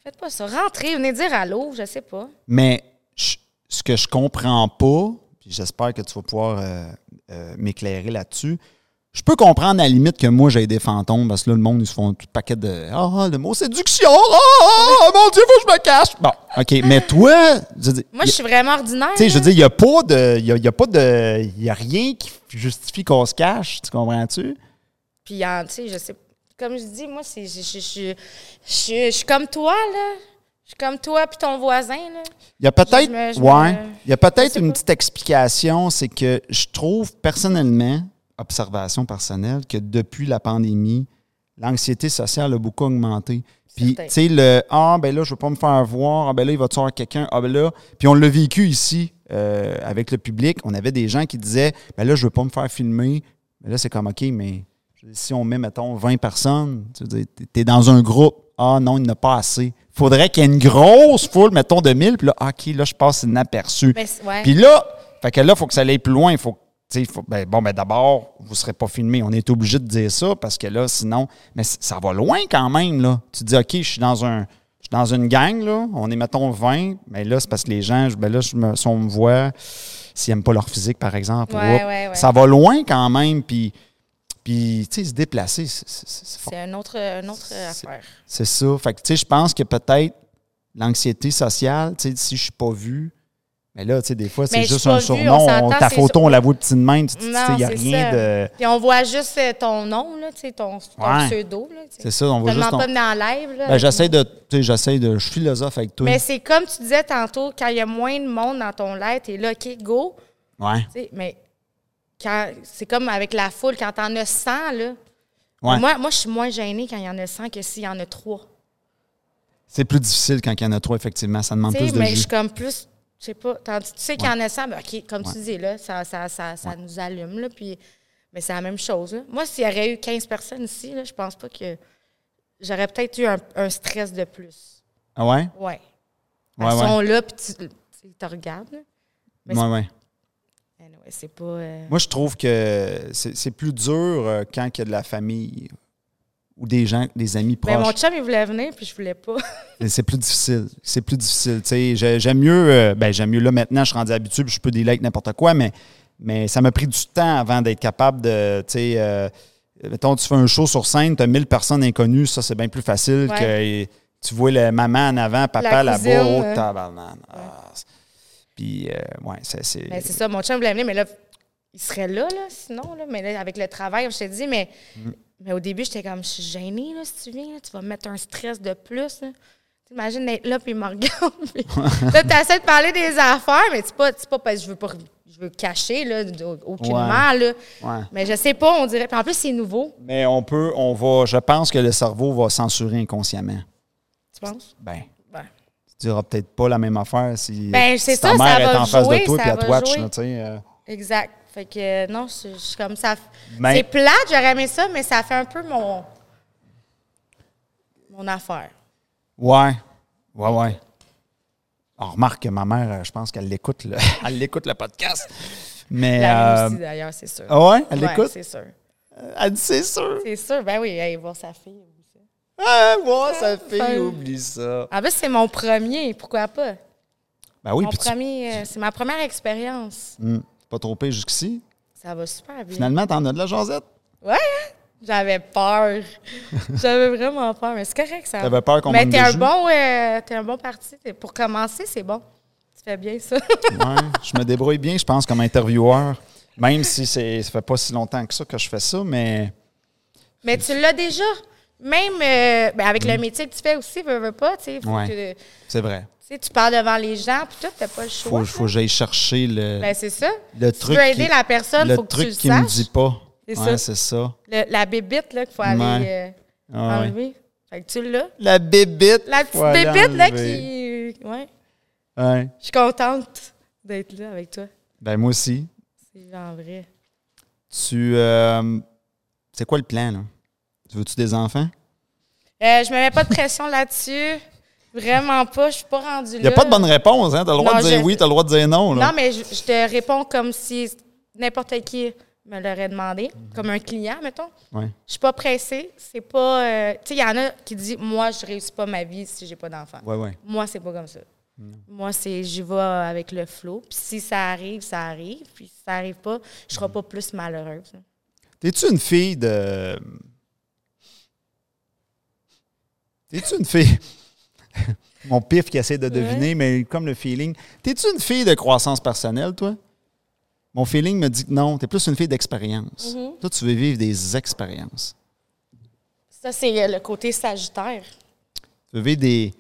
B: Faites pas ça. Rentrez, venez dire allô, je sais pas.
A: Mais je- ce que je comprends pas, puis j'espère que tu vas pouvoir euh, euh, m'éclairer là-dessus. Je peux comprendre à la limite que moi j'ai des fantômes parce que là le monde ils se font tout paquet de ah ah, le mot séduction ah ah, ah, mon dieu faut que je me cache bon ok mais toi je veux dire,
B: Moi, je suis vraiment ordinaire.
A: tu sais, je veux
B: là.
A: dire, il n'y a pas de. Il y a, il y a pas de. Il y a rien qui justifie qu'on se cache, tu comprends-tu?
B: Puis, en- tu sais, je sais. Comme je dis, moi, c'est, je, je, je, je- je suis comme toi, là. Je suis comme toi, puis ton voisin, là.
A: Il y a peut-être.
B: me- je me-
A: Ouais. Il y a peut-être
B: sais
A: une
B: pas.
A: petite explication, c'est que je trouve personnellement, observation personnelle, que depuis la pandémie, l'anxiété sociale a beaucoup augmenté. Puis, tu
B: Certain.
A: sais, le Ah, ben là, je ne veux pas me faire voir. Ah, ben là, il va tuer quelqu'un. Ah, ben là. Puis, on l'a vécu ici euh, avec le public. On avait des gens qui disaient Ben là, je ne veux pas me faire filmer. Mais là, c'est comme OK, mais si on met, mettons, 20 personnes, tu es dans un groupe. Ah, non, il n'y en a pas assez. Faudrait qu'il y ait une grosse foule, mettons, de 1000. Puis là, ah, OK, là, je passe inaperçu.
B: Mais c'est- ouais.
A: Puis là, fait que là, faut que ça aille plus loin. Faut, que- tu sais, faut, ben, bon, ben d'abord, vous ne serez pas filmé. On est obligé de dire ça parce que là, sinon, mais c- ça va loin quand même. Là. Tu dis, OK, je suis dans un. Je suis dans une gang, là. On est, mettons, 20. Mais là, c'est parce que les gens, je- ben là, je me, si on me voit, s'ils n'aiment pas leur physique, par exemple,
B: Ouais,
A: oups,
B: ouais, ouais.
A: ça va loin quand même. Puis, puis tu sais, se déplacer, c'est- c'est c'est fort.
B: C'est un autre, un autre
A: C'est-
B: affaire.
A: C'est ça. Fait que, tu sais, je pense que peut-être l'anxiété sociale, tu sais, si je suis pas vu, mais là, tu sais, des fois, c'est
B: Mais je
A: juste
B: suis pas
A: un
B: vu,
A: surnom.
B: on
A: on-
B: s'entend,
A: ta
B: c'est
A: photo,
B: ça.
A: on la voit de petite main. Tu il
B: Non,
A: n'y a
B: c'est
A: rien
B: ça.
A: de.
B: Puis on voit juste euh, ton nom, là, tu sais, ton, ton
A: Ouais.
B: pseudo, là. tu sais.
A: C'est ça, on voit
B: Je te
A: juste.
B: demande pas
A: ton-
B: de venir en live, là.
A: Ben, j'essaie de. Tu sais, j'essaie de. Je philosophe avec toi.
B: Mais c'est comme tu disais tantôt, quand il y a moins de monde dans ton live, t'es là, OK, go.
A: Ouais.
B: Tu sais, mais quand c'est comme avec la foule, quand t'en as 100, là.
A: Ouais.
B: Moi, moi je suis moins gênée quand il y en a 100 que s'il y en a 3.
A: C'est plus difficile quand il y en a trois, effectivement. Ça demande
B: Tu sais,
A: plus de
B: mais je
A: jus.
B: suis comme plus, je sais pas, tandis que tu sais qu'il y en a 100, ben, OK, comme tu dis, là, ça, ça, ça, ça nous allume, là, puis, mais c'est la même chose, là. Moi, s'il y aurait eu 15 personnes ici, là, je pense pas que j'aurais peut-être eu un, un stress de plus.
A: Ah ouais?
B: Ouais.
A: Ouais,
B: Elles sont
A: ouais.
B: là, puis tu, tu te regardes, là. mais
A: Ouais, ouais.
B: Anyway, c'est pas... euh,
A: Moi, je trouve que c'est c'est plus dur euh, quand il y a de la famille ou des gens, des amis proches.
B: Ben, mon chum, il voulait venir, puis je voulais pas.
A: Mais C'est plus difficile. C'est plus difficile. Tu sais, j'ai- j'aime mieux. euh, ben, j'aime mieux là maintenant, je suis rendu habitué, puis je peux délai avec n'importe quoi, mais, mais ça m'a pris du temps avant d'être capable de. Tu sais, euh, mettons, tu fais un show sur scène, tu as 1000 personnes inconnues, ça, c'est bien plus facile
B: Ouais.
A: que euh, tu vois le maman en avant, papa
B: La
A: là-bas,
B: cousine,
A: oh,
B: euh.
A: tabarnak. Ah, c'est- Puis, euh, ouais, c'est. c'est-
B: Mais Ben, c'est ça, mon chum voulait venir, mais là, il serait là, là, sinon, là, mais là, avec le travail, je te dis, mais,
A: Mm.
B: mais au début, j'étais comme, je suis gênée, là, si tu viens, là, tu vas me mettre un stress de plus, là. T'imagines d'être là, puis il me regarde, puis là, t'essaies de parler des affaires, mais c'est pas, c'est pas parce que je veux pas, je veux cacher, là, au- aucunement, là.
A: Ouais.
B: Mais je sais pas, on dirait, puis en plus, c'est nouveau,
A: Mais on peut, on va. Je pense que le cerveau va censurer inconsciemment.
B: tu penses?
A: Ben.
B: Ben.
A: Tu diras peut-être pas la même affaire si,
B: Ben,
A: si
B: c'est
A: ta
B: ça, ça
A: mère est
B: va
A: en face de
B: jouer,
A: toi et
B: ça
A: elle te
B: va
A: watch.
B: jouer.
A: là, tu sais, euh.
B: Exact. Fait que, euh, non, je je suis comme ça.
A: Ben-
B: c'est plate, j'aurais aimé ça, mais ça fait un peu mon, mon affaire.
A: Ouais. Ouais, ouais. On remarque que ma mère, euh, je pense qu'elle l'écoute, le, elle l'écoute le podcast. Mais.
B: La mienne
A: euh,
B: aussi, d'ailleurs, c'est sûr.
A: ah ouais, elle
B: Ouais,
A: l'écoute?
B: C'est sûr.
A: Elle dit c'est sûr.
B: C'est sûr. Ben oui, aller voir sa fille.
A: Ah, moi, sa fille,
B: Enfin.
A: oublie ça.
B: En plus, c'est mon premier, pourquoi pas?
A: Ben oui,
B: mon
A: puis tu
B: premier, euh, c'est ma première expérience.
A: hum, t'es pas trop pire jusqu'ici.
B: Ça va super bien.
A: Finalement, t'en as de la jasette.
B: Ouais, hein? J'avais peur. J'avais vraiment peur, mais c'est correct, ça.
A: T'avais peur qu'on
B: Mais
A: manque
B: t'es
A: de
B: un,
A: jus?
B: bon, euh, t'es un bon parti. T'es- Pour commencer, c'est bon. Tu fais bien ça.
A: Ouais, je me débrouille bien, je pense, comme intervieweur. Même si c'est, ça fait pas si longtemps que ça que je fais ça, mais.
B: Mais tu l'as déjà. Même euh, ben, avec le métier que tu fais aussi, veux, veux pas, tu sais, faut
A: Mm. Ouais.
B: que- tu
A: C'est vrai.
B: sais, tu parles devant les gens, puis tout, t'as pas le
A: Faut,
B: choix.
A: faut que j'aille chercher le,
B: Ben, c'est ça.
A: le
B: tu
A: truc.
B: veux aider
A: qui-
B: la personne,
A: le
B: faut que tu
A: truc
B: le
A: qui me
B: saches.
A: dit pas.
B: C'est
A: Ouais,
B: ça.
A: c'est ça.
B: Le- la bébite là, qu'il faut aller
A: Ouais.
B: euh,
A: Ah ouais.
B: enlever. Fait que tu l'as.
A: La bébite.
B: La petite
A: faut
B: bébite là
A: l'enlever.
B: qui. Ouais.
A: Ouais.
B: Je suis contente d'être là avec toi.
A: Ben, moi aussi.
B: C'est genre vrai.
A: Tu. euh, c'est quoi le plan, là? Tu veux-tu des enfants?
B: Euh, je me mets pas de pression là-dessus. Vraiment pas. Je suis pas rendue là.
A: Il n'y a pas de bonne hein? réponse, hein? T'as le droit
B: Non,
A: de dire
B: je-
A: oui, t'as le droit de dire non, là.
B: Non, mais je, je te réponds comme si n'importe qui me l'aurait demandé, comme un client, mettons.
A: Ouais.
B: Je suis pas pressée. C'est pas. euh, tu sais, il y en a qui disent Moi, je réussis pas ma vie si j'ai pas d'enfant.
A: Ouais, ouais.
B: Moi, c'est pas comme ça. Moi, c'est j'y vais avec le flow. Puis si ça arrive, ça arrive. Puis si ça arrive pas, je serai pas plus malheureuse.
A: T'es-tu une fille de. T'es-tu une fille. Mon pif qui essaie de deviner, mais comme le feeling. T'es-tu une fille de croissance personnelle, toi? Mon feeling me dit que non, t'es plus une fille d'expérience.
B: Mm-hmm.
A: Toi, tu veux vivre des expériences.
B: Ça, c'est euh, le côté sagittaire.
A: Tu veux vivre des.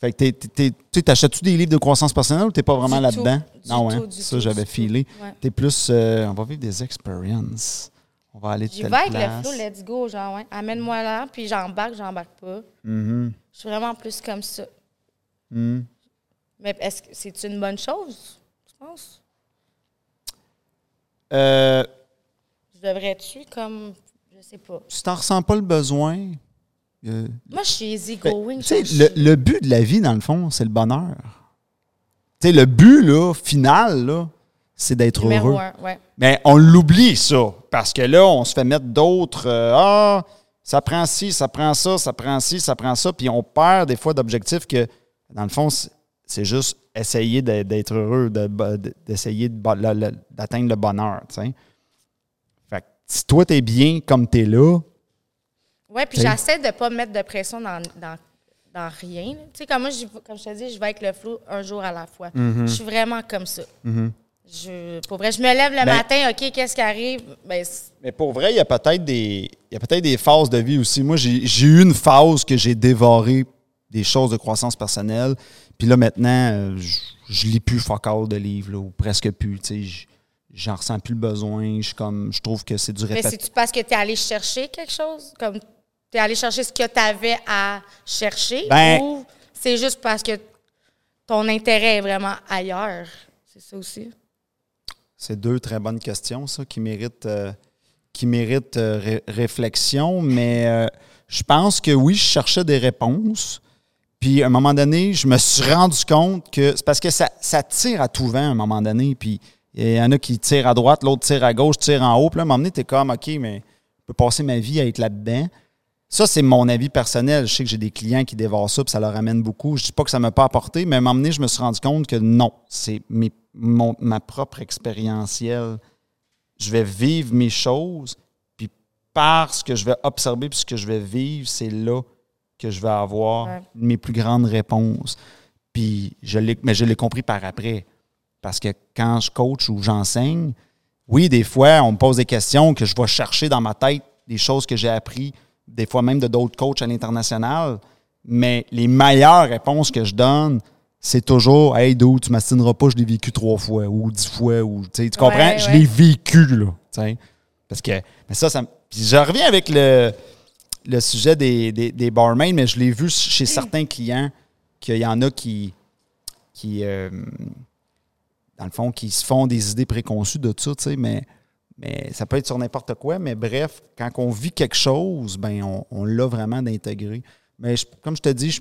A: Fait que t'es- t'es- t'es- tu sais, t'achètes-tu des livres de croissance personnelle ou t'es pas vraiment
B: Du
A: là-dedans?
B: tout. Du
A: Non, hein?
B: tout, du
A: ça,
B: tout,
A: j'avais
B: du tout.
A: filé.
B: Ouais.
A: T'es plus. euh, on va vivre des expériences. On va aller de
B: J'y
A: telle
B: vais avec
A: place.
B: le flow, let's go. Genre, ouais, amène-moi là, puis j'embarque, j'embarque pas.
A: Mhm.
B: Je suis vraiment plus comme ça.
A: Mhm.
B: Mais est-ce que c'est une bonne chose, tu penses?
A: Euh,
B: Je devrais-tu, comme, je sais pas.
A: tu t'en ressens pas le besoin. Euh,
B: Moi, je suis
A: fait-
B: easygoing.
A: Ben, tu sais,
B: je-
A: le, le but de la vie, dans le fond, c'est le bonheur. Tu sais, le but là, final, là, c'est d'être
B: numéro
A: heureux.
B: un, ouais.
A: Mais on l'oublie, ça. Parce que là, on se fait mettre d'autres. euh, ah, ça prend ci, ça prend ça, ça prend ci, ça prend ça. Puis on perd des fois d'objectifs que, dans le fond, c'est- c'est juste essayer d'e- d'être heureux, de- de- d'essayer de bo- le- le- d'atteindre le bonheur. tu sais. Fait que si toi, t'es bien comme t'es là,
B: Ouais, puis
A: T'sais.
B: j'essaie de pas mettre de pression dans, dans, dans rien. là. Tu sais, comme moi, j'y vais- comme je te dis, je vais avec le flou un jour à la fois.
A: Mm-hmm.
B: Je suis vraiment comme ça. Je, pour vrai, je me lève le
A: Ben-
B: matin, OK, qu'est-ce qui arrive? Ben, c'est-
A: Mais pour vrai, il y a peut-être des, il y a peut-être des phases de vie aussi. Moi, j'ai j'ai eu une phase que j'ai dévoré des choses de croissance personnelle. Puis là, maintenant, euh, je- je lis plus fuck all de livres, là, ou presque plus. Tu sais, je- j'en ressens plus le besoin. Je suis comme, je trouve que c'est du
B: mais
A: répète.
B: c'est-tu parce que tu es allé chercher quelque chose? Comme tu es allé chercher ce que tu avais à chercher?
A: Ben-
B: Ou c'est juste parce que ton intérêt est vraiment ailleurs? C'est ça aussi.
A: C'est deux très bonnes questions, ça, qui méritent, euh, qui méritent euh, ré- réflexion. Mais euh, je pense que oui, je cherchais des réponses. Puis à un moment donné, je me suis rendu compte que c'est parce que ça, ça tire à tout vent à un moment donné. Puis il y en a qui tirent à droite, l'autre tire à gauche, tire en haut. Puis là, à un moment donné, t'es comme, OK, mais je peux passer ma vie à être là-dedans. Ça, c'est mon avis personnel. Je sais que j'ai des clients qui dévorent ça, puis ça leur amène beaucoup. Je dis pas que ça m'a pas apporté, mais à un moment donné, je me suis rendu compte que non, c'est mes- mon- ma propre expérientielle. Je vais vivre mes choses, puis par ce que je vais observer, puis ce que je vais vivre, c'est là que je vais avoir
B: Ouais.
A: mes plus grandes réponses. Puis je l'ai, mais je l'ai compris par après. Parce que quand je coach ou j'enseigne, oui, des fois, on me pose des questions que je vais chercher dans ma tête, des choses que j'ai appris, des fois même de d'autres coachs à l'international. Mais les meilleures réponses que je donne, c'est toujours Hey, d'où tu m'astineras pas, je l'ai vécu trois fois ou dix fois. ou Tu sais, tu comprends?
B: Ouais,
A: Je
B: ouais.
A: l'ai vécu, là. tu sais. Parce que, mais ça, ça. me- Puis je reviens avec le, le sujet des, des, des barmaids, mais je l'ai vu
B: Mm.
A: chez certains clients qu'il y en a qui. qui euh, dans le fond, qui se font des idées préconçues de tout ça, tu sais, mais, mais ça peut être sur n'importe quoi. Mais bref, quand on vit quelque chose, ben on, on l'a vraiment d'intégrer. Mais je- comme je te dis, je,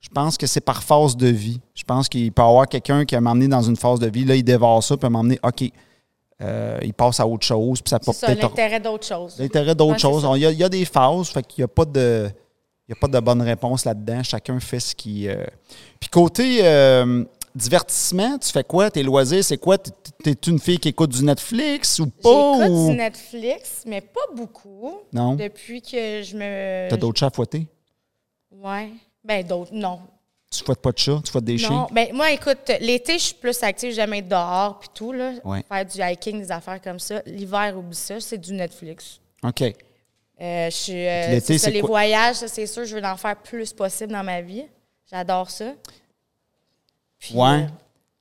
A: je pense que c'est par phase de vie. Je pense qu'il peut y avoir quelqu'un qui a m'emmené dans une phase de vie, là, il dévore ça, peut m'emmener, OK, euh, il passe à autre chose, puis ça peut
B: C'est ça,
A: peut-être
B: l'intérêt d'autre chose.
A: L'intérêt d'autres
B: Ouais, c'est
A: choses.
B: ça.
A: On- Il y, a- il y a des phases, fait qu'il n'y a pas de. Il y a pas de bonne réponse là-dedans. Chacun fait ce qui. euh. Puis côté euh, divertissement, tu fais quoi? Tes loisirs, c'est quoi? T'es- T'es t'es une fille qui écoute du Netflix ou pas?
B: J'écoute
A: ou-
B: du Netflix, mais pas beaucoup.
A: Oh! Non.
B: Depuis que je me.
A: T'as d'autres chats à fouetter?
B: Ouais. Ben d'autres, non.
A: Tu fouettes pas de chat? Tu fouettes des chiens?
B: Non, ben moi, écoute, l'été, je suis plus active, j'aime être dehors puis tout, là.
A: Ouais.
B: Faire du hiking, des affaires comme ça. L'hiver, oublie ça, c'est du Netflix.
A: OK.
B: Euh, je suis. euh,
A: Puis l'été,
B: c'est ça,
A: c'est
B: les
A: quoi?
B: voyages, ça, c'est sûr, je veux en faire plus possible dans ma vie. J'adore ça. Puis,
A: Ouais.
B: euh,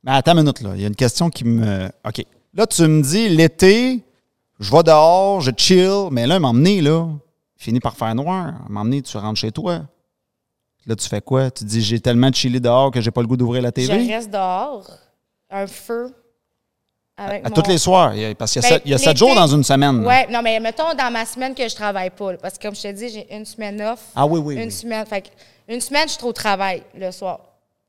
A: Mais attends une minute, là. Il y a une question qui me. OK. Là, tu me dis, l'été, je vais dehors, je chill, mais là, m'emmener, là, il finit par faire noir. M'emmener, tu rentres chez toi. Là, tu fais quoi? Tu dis, j'ai tellement chillé dehors que j'ai pas le goût d'ouvrir la
B: je
A: TV?
B: reste dehors, un feu. Avec
A: À
B: mon-
A: toutes les soirs. il y a- Parce qu'il y a,
B: Ben,
A: sept, il y a sept
B: l'été-
A: jours dans une semaine. là.
B: Ouais, non, mais mettons dans ma semaine que je travaille pas. là, parce que comme je te dis, j'ai une semaine off.
A: Ah oui, oui,
B: Une
A: oui.
B: semaine. Fait que une semaine, je suis trop au travail le soir.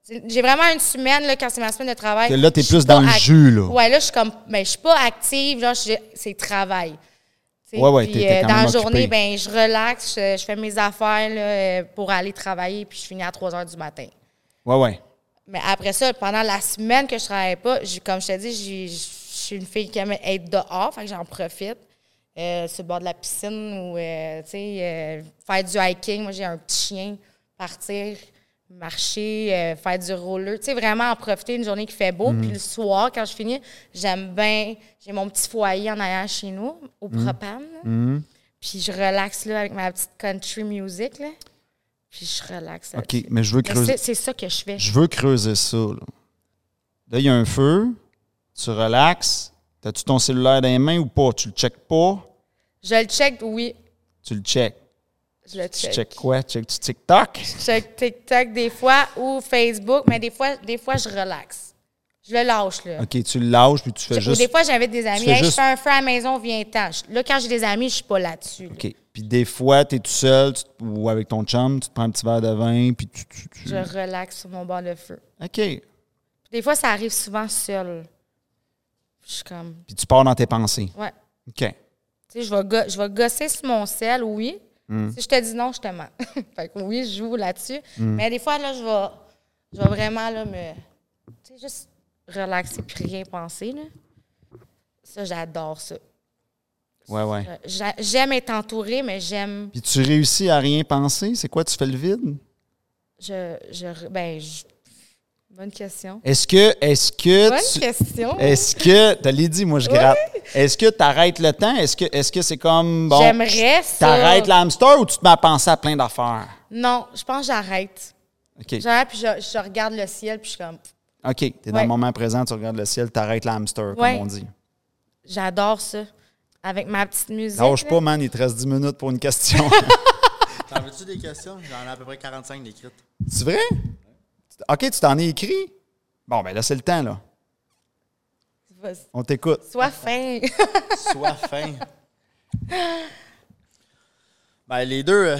B: C'est- J'ai vraiment une semaine, là, quand c'est ma semaine de travail.
A: Que là, t'es
B: je suis
A: plus dans
B: pas
A: le
B: act-
A: jus, là.
B: Ouais, là, je suis comme. Mais je suis pas active, là, je- c'est travail. Tu sais,
A: Ouais, ouais,
B: puis,
A: t'es- t'es
B: euh,
A: quand
B: Dans
A: même
B: la journée,
A: occupée.
B: ben, je relaxe, je, je fais mes affaires là, euh, pour aller travailler, puis je finis à 3 h du matin.
A: Ouais, ouais.
B: Mais après ça, pendant la semaine que je travaillais pas, j'ai- comme je te dis, j'ai- je suis une fille qui aime être dehors, fait que j'en profite. Euh, sur le bord de la piscine ou euh, tu sais, euh, faire du hiking. Moi, j'ai un petit chien. Partir, marcher, euh, faire du roller. Tu sais, vraiment en profiter une journée qui fait beau. Puis le soir, quand je finis, j'aime bien. J'ai mon petit foyer en arrière chez nous, au propane. là. Puis je relaxe là avec ma petite country music. Là. Puis je relaxe.
A: OK,
B: là-dessus.
A: mais je veux
B: Mais
A: creuser.
B: c'est- C'est ça que je fais.
A: Je veux creuser ça. Là, Là, il y a un feu, tu relaxes, t'as-tu ton cellulaire dans les mains ou pas? Tu le checkes pas,
B: Je le check, oui.
A: tu le checkes.
B: Je le
A: Tu
B: check.
A: checkes quoi? Tu checkes TikTok?
B: Je check TikTok des fois ou Facebook, mais des fois, des fois je relaxe. Je le lâche, là.
A: OK, tu le lâches puis Ah, tu fais
B: Ou
A: juste.
B: des fois, j'invite des amis.
A: fais
B: Hey,
A: juste-
B: Je fais un feu à la maison, viens-t'en. Je- Là, quand j'ai des amis, je suis pas là-dessus. là.
A: OK. Puis des fois, t'es tout seul tu te- ou avec ton chum, tu te prends un petit verre de vin puis tu. tu- tu-
B: Je relaxe sur mon banc de feu.
A: OK.
B: Des fois, ça arrive souvent seul. Je suis comme,
A: Puis tu pars dans tes pensées.
B: ouais.
A: OK.
B: Tu sais, je vais, go- je vais gosser sur mon sel, oui. Si je te dis non, je te mens. fait que oui, je joue là-dessus. Mais des fois, là, je vais, je vais vraiment là, me. Tu sais, juste relaxer puis rien penser, là. Ça, j'adore ça.
A: Ouais, ouais.
B: Euh, j'a- J'aime être entourée, mais j'aime.
A: Puis tu réussis à rien penser. C'est quoi? Tu fais le vide?
B: Je, je, ben, je- bonne question.
A: Est-ce que. Est-ce que.
B: Bonne
A: tu-
B: question.
A: Est-ce que, t'as dit, moi je gratte. Est-ce que t'arrêtes le temps? Est-ce que est-ce que c'est comme bon
B: J'aimerais ça.
A: T'arrêtes l'hamster ou tu te mets à penser à plein d'affaires?
B: Non, je pense que j'arrête.
A: OK.
B: J'arrête, puis je, je regarde le ciel, puis je suis comme,
A: OK. T'es dans
B: Ouais.
A: le moment présent, tu regardes le ciel, t'arrêtes l'hamster, comme
B: Ouais.
A: on dit.
B: j'adore ça. Avec ma petite musique.
A: Lâche
B: là.
A: pas, man, il te reste 10 minutes pour une question.
C: T'en veux-tu des questions? J'en ai à peu près 45 d'écrites.
A: c'est vrai? OK, tu t'en es écrit? Bon, ben là, c'est le temps, là.
B: Vas-y.
A: On t'écoute.
B: Sois fin.
C: Sois fin. Ben, les deux, euh,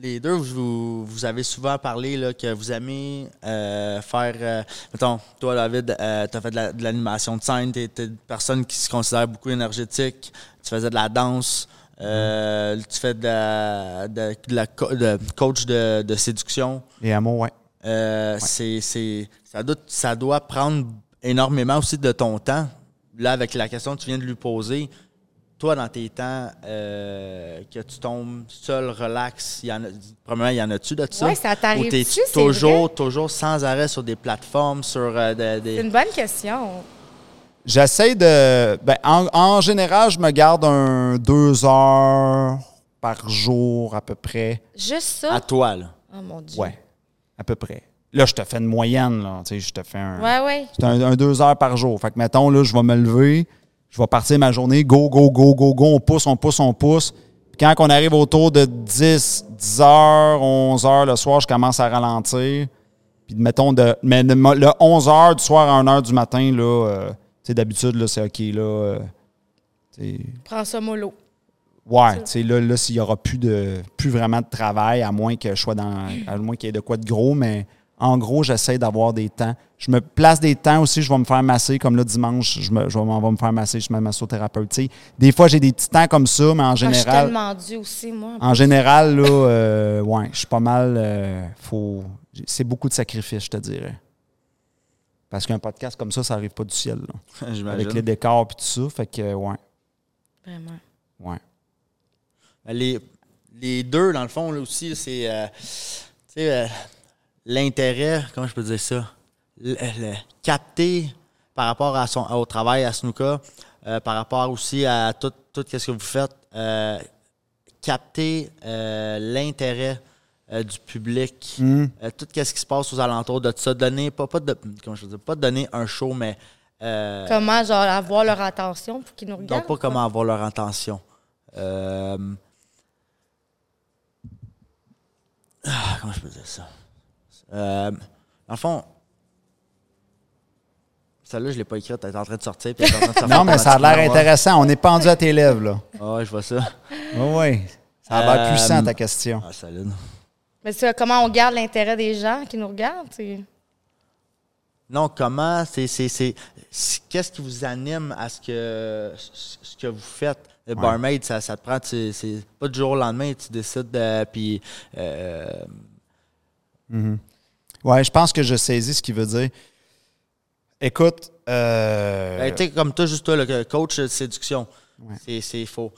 C: les deux, je vous, vous avez souvent parlé là, que vous aimez euh, faire. euh, mettons, toi, David, tu as fait de la- de l'animation de scène, tu es, une personne qui se considère beaucoup énergétique, tu faisais de la danse, euh, tu fais de la, de- de la co- de coach de, de séduction.
A: Les hameaux, ouais.
C: Euh, c'est, c'est- ça, doit, ça doit prendre énormément aussi de ton temps. Là, avec la question que tu viens de lui poser, toi, dans tes temps, euh, que tu tombes seul, relax, il y en a, premièrement, il y en a-tu de ça?
B: Ouais, ça t'arrive-tu,
C: Ou t'es
B: c'est
C: toujours, toujours sans arrêt sur des plateformes, sur euh, des- des-
B: C'est une bonne question.
A: J'essaie de. Ben, en, en général, je me garde un deux heures par jour à peu près.
B: Juste ça.
C: à toi, là.
B: Oh mon Dieu.
A: Ouais, à peu près. Là, je te fais une moyenne, là. Tu sais, je te fais un.
B: Ouais, ouais.
A: C'est un, un deux heures par jour. Fait que, mettons, là, je vais me lever, je vais partir ma journée, go, go, go, go, go, on pousse, on pousse, on pousse. Puis quand on arrive autour de 10, 10 heures, 11 heures le soir, je commence à ralentir. Puis, mettons, de, mais de- le 11 heures du soir à 1 heure du matin, là, euh, tu sais, d'habitude, là, c'est OK, là. euh, tu sais,
B: Prends ça mollo.
A: Ouais, tu sais, là, là s'il n'y aura plus de plus vraiment de travail, à moins que je sois dans. à moins qu'il y ait de quoi de gros, mais en gros, j'essaie d'avoir des temps. Je me place des temps aussi, je vais me faire masser, comme là dimanche, je, me, je vais m'en vais me faire masser, je suis ma massothérapeute. Tu sais, des fois, j'ai des petits temps comme ça, mais en
B: Ah, Je suis
A: général. Ah.
B: tellement due aussi, moi.
A: En général, là, euh, ouais, je suis pas mal. euh, faut, j'ai- c'est beaucoup de sacrifices, je te dirais. Parce qu'un podcast comme ça, ça arrive pas du ciel. là. Avec les
C: J'imagine.
A: décors et tout ça. Fait que, euh, ouais.
B: Vraiment.
A: ouais.
C: Ben, Les, les deux, dans le fond, là aussi, c'est euh, tu sais, euh, l'intérêt, comment je peux dire ça? Le, le- capter par rapport à son, au travail à Snuka, euh, par rapport aussi à tout, tout ce que vous faites, euh, capter euh, l'intérêt euh, du public, euh, tout ce qui se passe aux alentours de ça, donner, pas, pas, de, comment je veux dire, pas donner un show, mais euh,
B: Comment, genre, avoir leur attention pour qu'ils nous regardent?
C: donc, pas comment avoir leur intention. Euh, ah, comment je peux dire ça? Euh, dans le fond, celle-là, je l'ai pas écrite. Elle est en train de sortir. puis elle est en train de sortir
A: Non, mais ça a l'air intéressant. On est pendu à tes lèvres, là.
C: Ah, ouais, je vois ça.
A: Oui, oui. Ça a l'air
C: Euh,
A: puissant, ta question.
C: Ah, solide.
B: Mais ça, comment on garde l'intérêt des gens qui nous regardent? c'est-
C: Non, comment, c'est, c'est, c'est, c'est- qu'est-ce qui vous anime à ce que, ce ce que vous faites? Le barmaid, ça, ça te prend, tu- c'est pas du jour au lendemain, tu décides, de- puis euh,
A: Ouais, je pense que je saisis ce qu'il veut dire. Écoute, euh,
C: Ben, tu sais, comme toi, juste toi, le coach de séduction, c'est- c'est faux.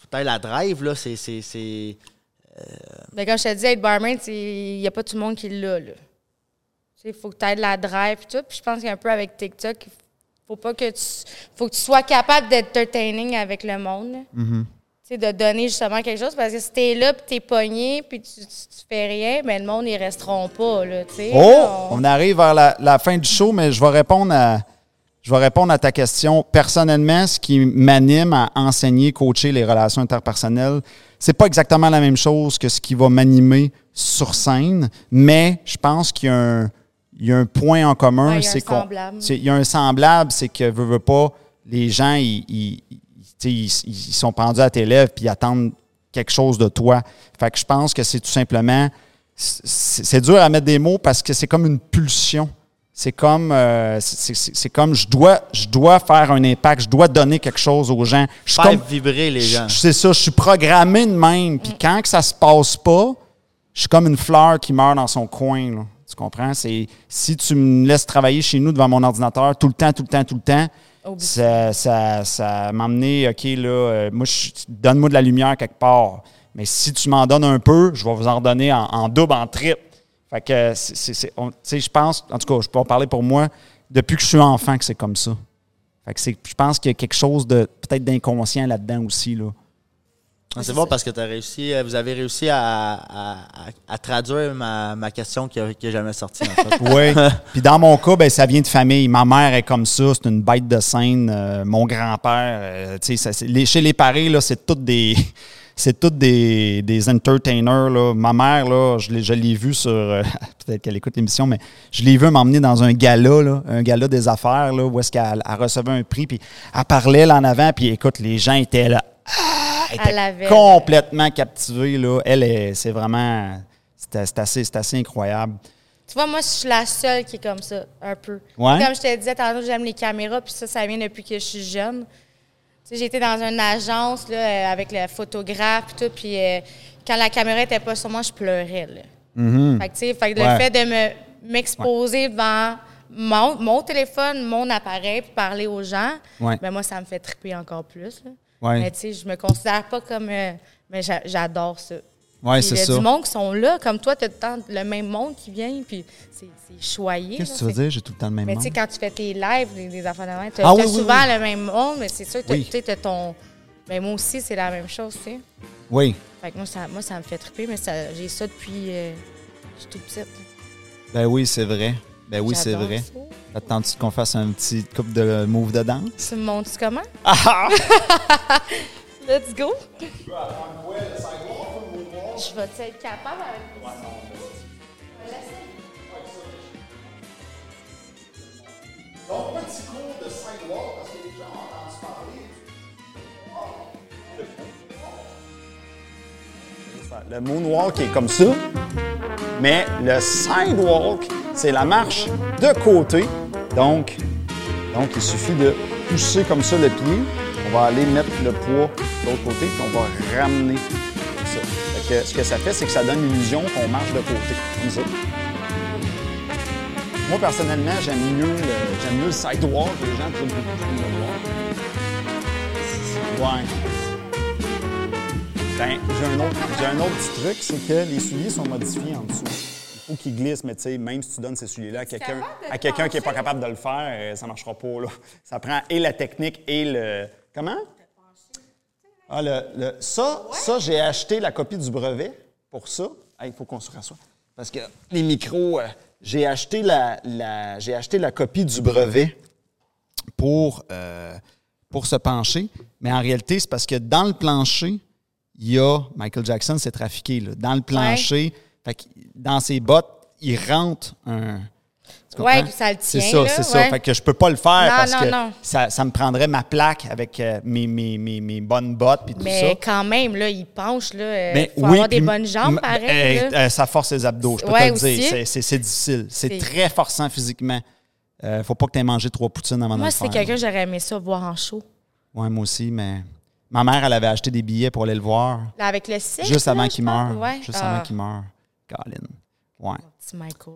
C: Faut être la drive, là, c'est- c'est- c'est...
B: Mais quand Ben, je te dis être barmaid, c'est- il n'y a pas tout le monde qui l'a. Il faut que tu aies de la drive et tout. Puis je pense qu'un peu avec TikTok, il faut pas que tu. faut que tu sois capable d'être entertaining avec le monde. là. Tu sais, de donner justement quelque chose. Parce que si t'es là, puis t'es pogné, puis tu, tu, tu fais rien, mais le monde, ils resteront pas. Là, tu sais.
A: Oh,
B: Là, on-
A: on arrive vers la, la fin du show, mais je vais répondre à, je vais répondre à ta question. Personnellement, ce qui m'anime à enseigner, coacher les relations interpersonnelles, c'est pas exactement la même chose que ce qui va m'animer sur scène, mais je pense qu'il y a un, il y a un point en commun,
B: Ouais, il y a un
A: c'est qu'on,
B: semblable.
A: c'est- il y a un semblable, c'est que veux, veux pas, les gens, ils, ils- ils- tu sais, ils- ils sont pendus à tes lèvres puis ils attendent quelque chose de toi. Fait que je pense que c'est tout simplement, c'est c'est dur à mettre des mots parce que c'est comme une pulsion. C'est comme, euh, c'est- c'est c'est comme je dois, je dois faire un impact, je dois donner quelque chose aux gens. Je suis
C: Faire
A: comme,
C: vibrer les gens.
A: je- C'est ça, je suis programmé de même. Puis quand que ça se passe pas, je suis comme une fleur qui meurt dans son coin. là. Tu comprends? C'est si tu me laisses travailler chez nous devant mon ordinateur tout le temps, tout le temps, tout le temps, ça, ça, ça m'a amené, OK, là, euh, moi, je- donne-moi de la lumière quelque part. Mais si tu m'en donnes un peu, je vais vous en donner en, en double, en triple. Fait que, c'est- c'est- c'est- on- tu sais, je pense, en tout cas, je peux en parler pour moi, depuis que je suis enfant que c'est comme ça. Fait que c'est- je pense qu'il y a quelque chose de peut-être d'inconscient là-dedans aussi. Là.
C: Ah, C'est bon parce que t'as réussi, euh, vous avez réussi à, à- à- à traduire ma, ma question qui n'est jamais sortie. en fait.
A: Oui. Puis dans mon cas, ben, ça vient de famille. Ma mère est comme ça, c'est une bête de scène. Euh, mon grand-père, euh, tu sais, ça, c'est- les- chez les parés, là, c'est toutes des. C'est toutes des, des entertainers. Là. Ma mère, là, je l'ai, je l'ai vue sur. euh, peut-être qu'elle écoute l'émission, mais je l'ai vue m'emmener dans un gala, là, un gala des affaires, là, où est-ce qu'elle elle recevait un prix, puis elle parlait là en avant, puis écoute, les gens étaient là. Ah, étaient
B: Elle avait, là.
A: complètement captivés. Là. Elle, est- c'est vraiment. C'est, c'est assez, c'est assez incroyable.
B: Tu vois, moi, je suis la seule qui est comme ça, un peu.
A: Ouais.
B: Comme je te disais tantôt, j'aime les caméras, puis ça, ça vient depuis que je suis jeune. Tu sais, j'étais dans une agence là, euh, avec le photographe et tout, puis euh, quand la caméra était pas sur moi, je pleurais. Là. Fait que, tu sais, fait que le
A: Mm-hmm. Ouais.
B: fait de me, m'exposer devant mon, mon téléphone, mon appareil, puis parler aux gens,
A: Ouais.
B: ben, moi, ça me fait triper encore plus. là.
A: Ouais.
B: Mais tu sais, je me considère pas comme... euh, mais j'a- j'adore ça.
A: Ouais,
B: Puis
A: c'est
B: il y a
A: ça.
B: du monde qui sont là, comme toi, tu as le même monde qui vient, puis c'est c'est choyé.
A: Qu'est-ce que
B: là,
A: tu veux
B: c'est-
A: dire? J'ai tout le temps le même
B: Mais tu
A: nom.
B: sais, quand tu fais tes lives, des, des affaires de même, tu
A: Ah
B: as,
A: oui, oui,
B: souvent
A: oui.
B: le même monde, mais c'est sûr que
A: Oui.
B: tu as ton. Mais moi aussi, c'est la même chose, tu sais.
A: Oui.
B: Fait que moi, ça, moi, ça me fait triper, mais ça- j'ai ça depuis. euh, je suis toute petite. là.
A: Ben oui, c'est vrai. Ben oui, c'est
B: J'adore
A: vrai.
B: ça.
A: Attends-tu qu'on fasse un petit couple de move de danse?
B: Tu me montres comment?
A: Ah
B: Let's go! Je vais-tu être capable avec ça?
D: Le moonwalk est comme ça, mais le sidewalk, c'est la marche de côté. Donc, donc, il suffit de pousser comme ça le pied. On va aller mettre le poids de l'autre côté, puis on va ramener comme ça. Fait que ce que ça fait, c'est que ça donne l'illusion qu'on marche de côté, comme ça. Moi, personnellement, j'aime mieux le, j'aime mieux le sidewalk. Les gens trouvent beaucoup plus le walk. Ouais. Ben, j'ai un, autre- j'ai un autre petit truc, c'est que les souliers sont modifiés en dessous. Il faut qu'ils glissent, mais tu sais, même si tu donnes ces souliers-là à quelqu'un
B: capable de
D: à quelqu'un qui n'est pas capable de le faire, euh, ça ne marchera pas. Là. Ça prend et la technique et le. Comment? Ah, le, le- ça, ça j'ai acheté la copie du brevet pour ça. Ah, Il faut qu'on se rassoie. Parce que les micros, euh, j'ai acheté la, la- j'ai acheté la copie du brevet.
A: Pour, euh, pour se pencher. Mais en réalité, c'est parce que dans le plancher, il y a Michael Jackson, c'est trafiqué. Là. Dans le plancher, fait que dans ses bottes, il rentre un. tu
B: Ouais,
A: comprends?
B: puis ça le
A: Hein? C'est
B: tient,
A: ça,
B: là,
A: c'est ça.
B: ouais.
A: Fait que je peux pas le faire
B: Non,
A: parce
B: non,
A: que
B: non.
A: Ça, ça me prendrait ma plaque avec euh, mes, mes, mes, mes bonnes bottes puis tout ça.
B: Mais quand même, là, il penche, là. Il
A: Mais
B: faut
A: oui,
B: avoir des
A: puis
B: bonnes jambes,
A: m-
B: pareil.
A: euh,
B: là.
A: euh, ça force les abdos, je peux
B: Ouais,
A: te le dire.
B: aussi.
A: C'est- C'est c'est difficile. C'est
B: C'est-
A: très forçant physiquement. Euh, faut pas que tu aies mangé trois poutines avant de
B: Moi,
A: le
B: c'est
A: faire.
B: quelqu'un, j'aurais aimé ça voir en show.
A: Ouais, moi aussi, mais ma mère, elle avait acheté des billets pour aller le voir
B: Là, avec le cirque.
A: juste
B: là,
A: avant
B: je
A: qu'il
B: pense.
A: meure.
B: Ouais.
A: Juste
B: Ah,
A: avant qu'il meure. Colin. Ouais.
B: Petit Michael.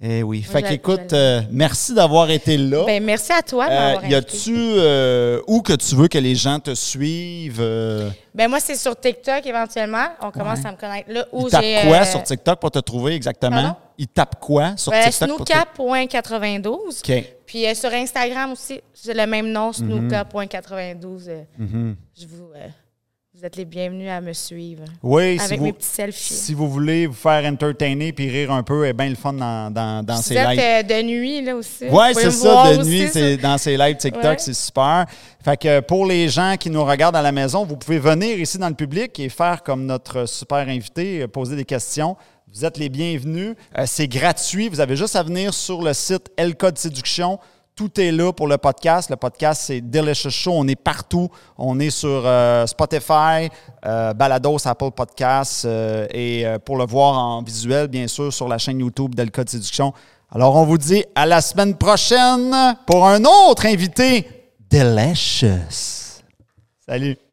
A: Eh oui. Fait
B: je-
A: qu'écoute,
B: je
A: euh, merci d'avoir été là.
B: Ben, merci à toi. de
A: Euh,
B: m'avoir
A: y
B: invitée.
A: a-tu euh, où que tu veux que les gens te suivent? euh,
B: Ben moi, c'est sur TikTok éventuellement. On commence à me connaître là où
A: ils tapent
B: j'ai.
A: quoi
B: euh,
A: sur TikTok pour te trouver exactement?
B: Pardon?
A: Ils tapent quoi sur
B: euh,
A: TikTok? pour te-
B: Snooka.92.
A: OK. Mhm.
B: Puis euh, sur Instagram aussi, j'ai le même nom, Snooka.92. euh, Je vous. euh, vous êtes les bienvenus à me suivre.
A: Oui, si
B: Avec
A: vous,
B: mes petits selfies.
A: si vous voulez vous faire entertainer puis rire un peu, eh bien, le fun dans, dans, dans
B: Vous
A: ces
B: êtes
A: lives.
B: euh, de nuit, là aussi.
A: Ouais,
B: Vous pouvez
A: c'est
B: me
A: ça,
B: voir
A: de
B: aussi,
A: nuit,
B: ça.
A: c'est dans ces lives TikTok,
B: Ouais.
A: c'est super. Fait que pour les gens qui nous regardent à la maison, vous pouvez venir ici dans le public et faire comme notre super invité, euh, poser des questions. Vous êtes les bienvenus. Euh, c'est gratuit. Vous avez juste à venir sur le site El Code Séduction. Tout est là pour le podcast. Le podcast, c'est Delicious Show. On est partout. On est sur euh, Spotify, euh, Balados, Apple Podcasts. euh, et euh, pour le voir en visuel, bien sûr, sur la chaîne YouTube d'El Code Séduction. Alors, on vous dit à la semaine prochaine pour un autre invité Delicious. Salut.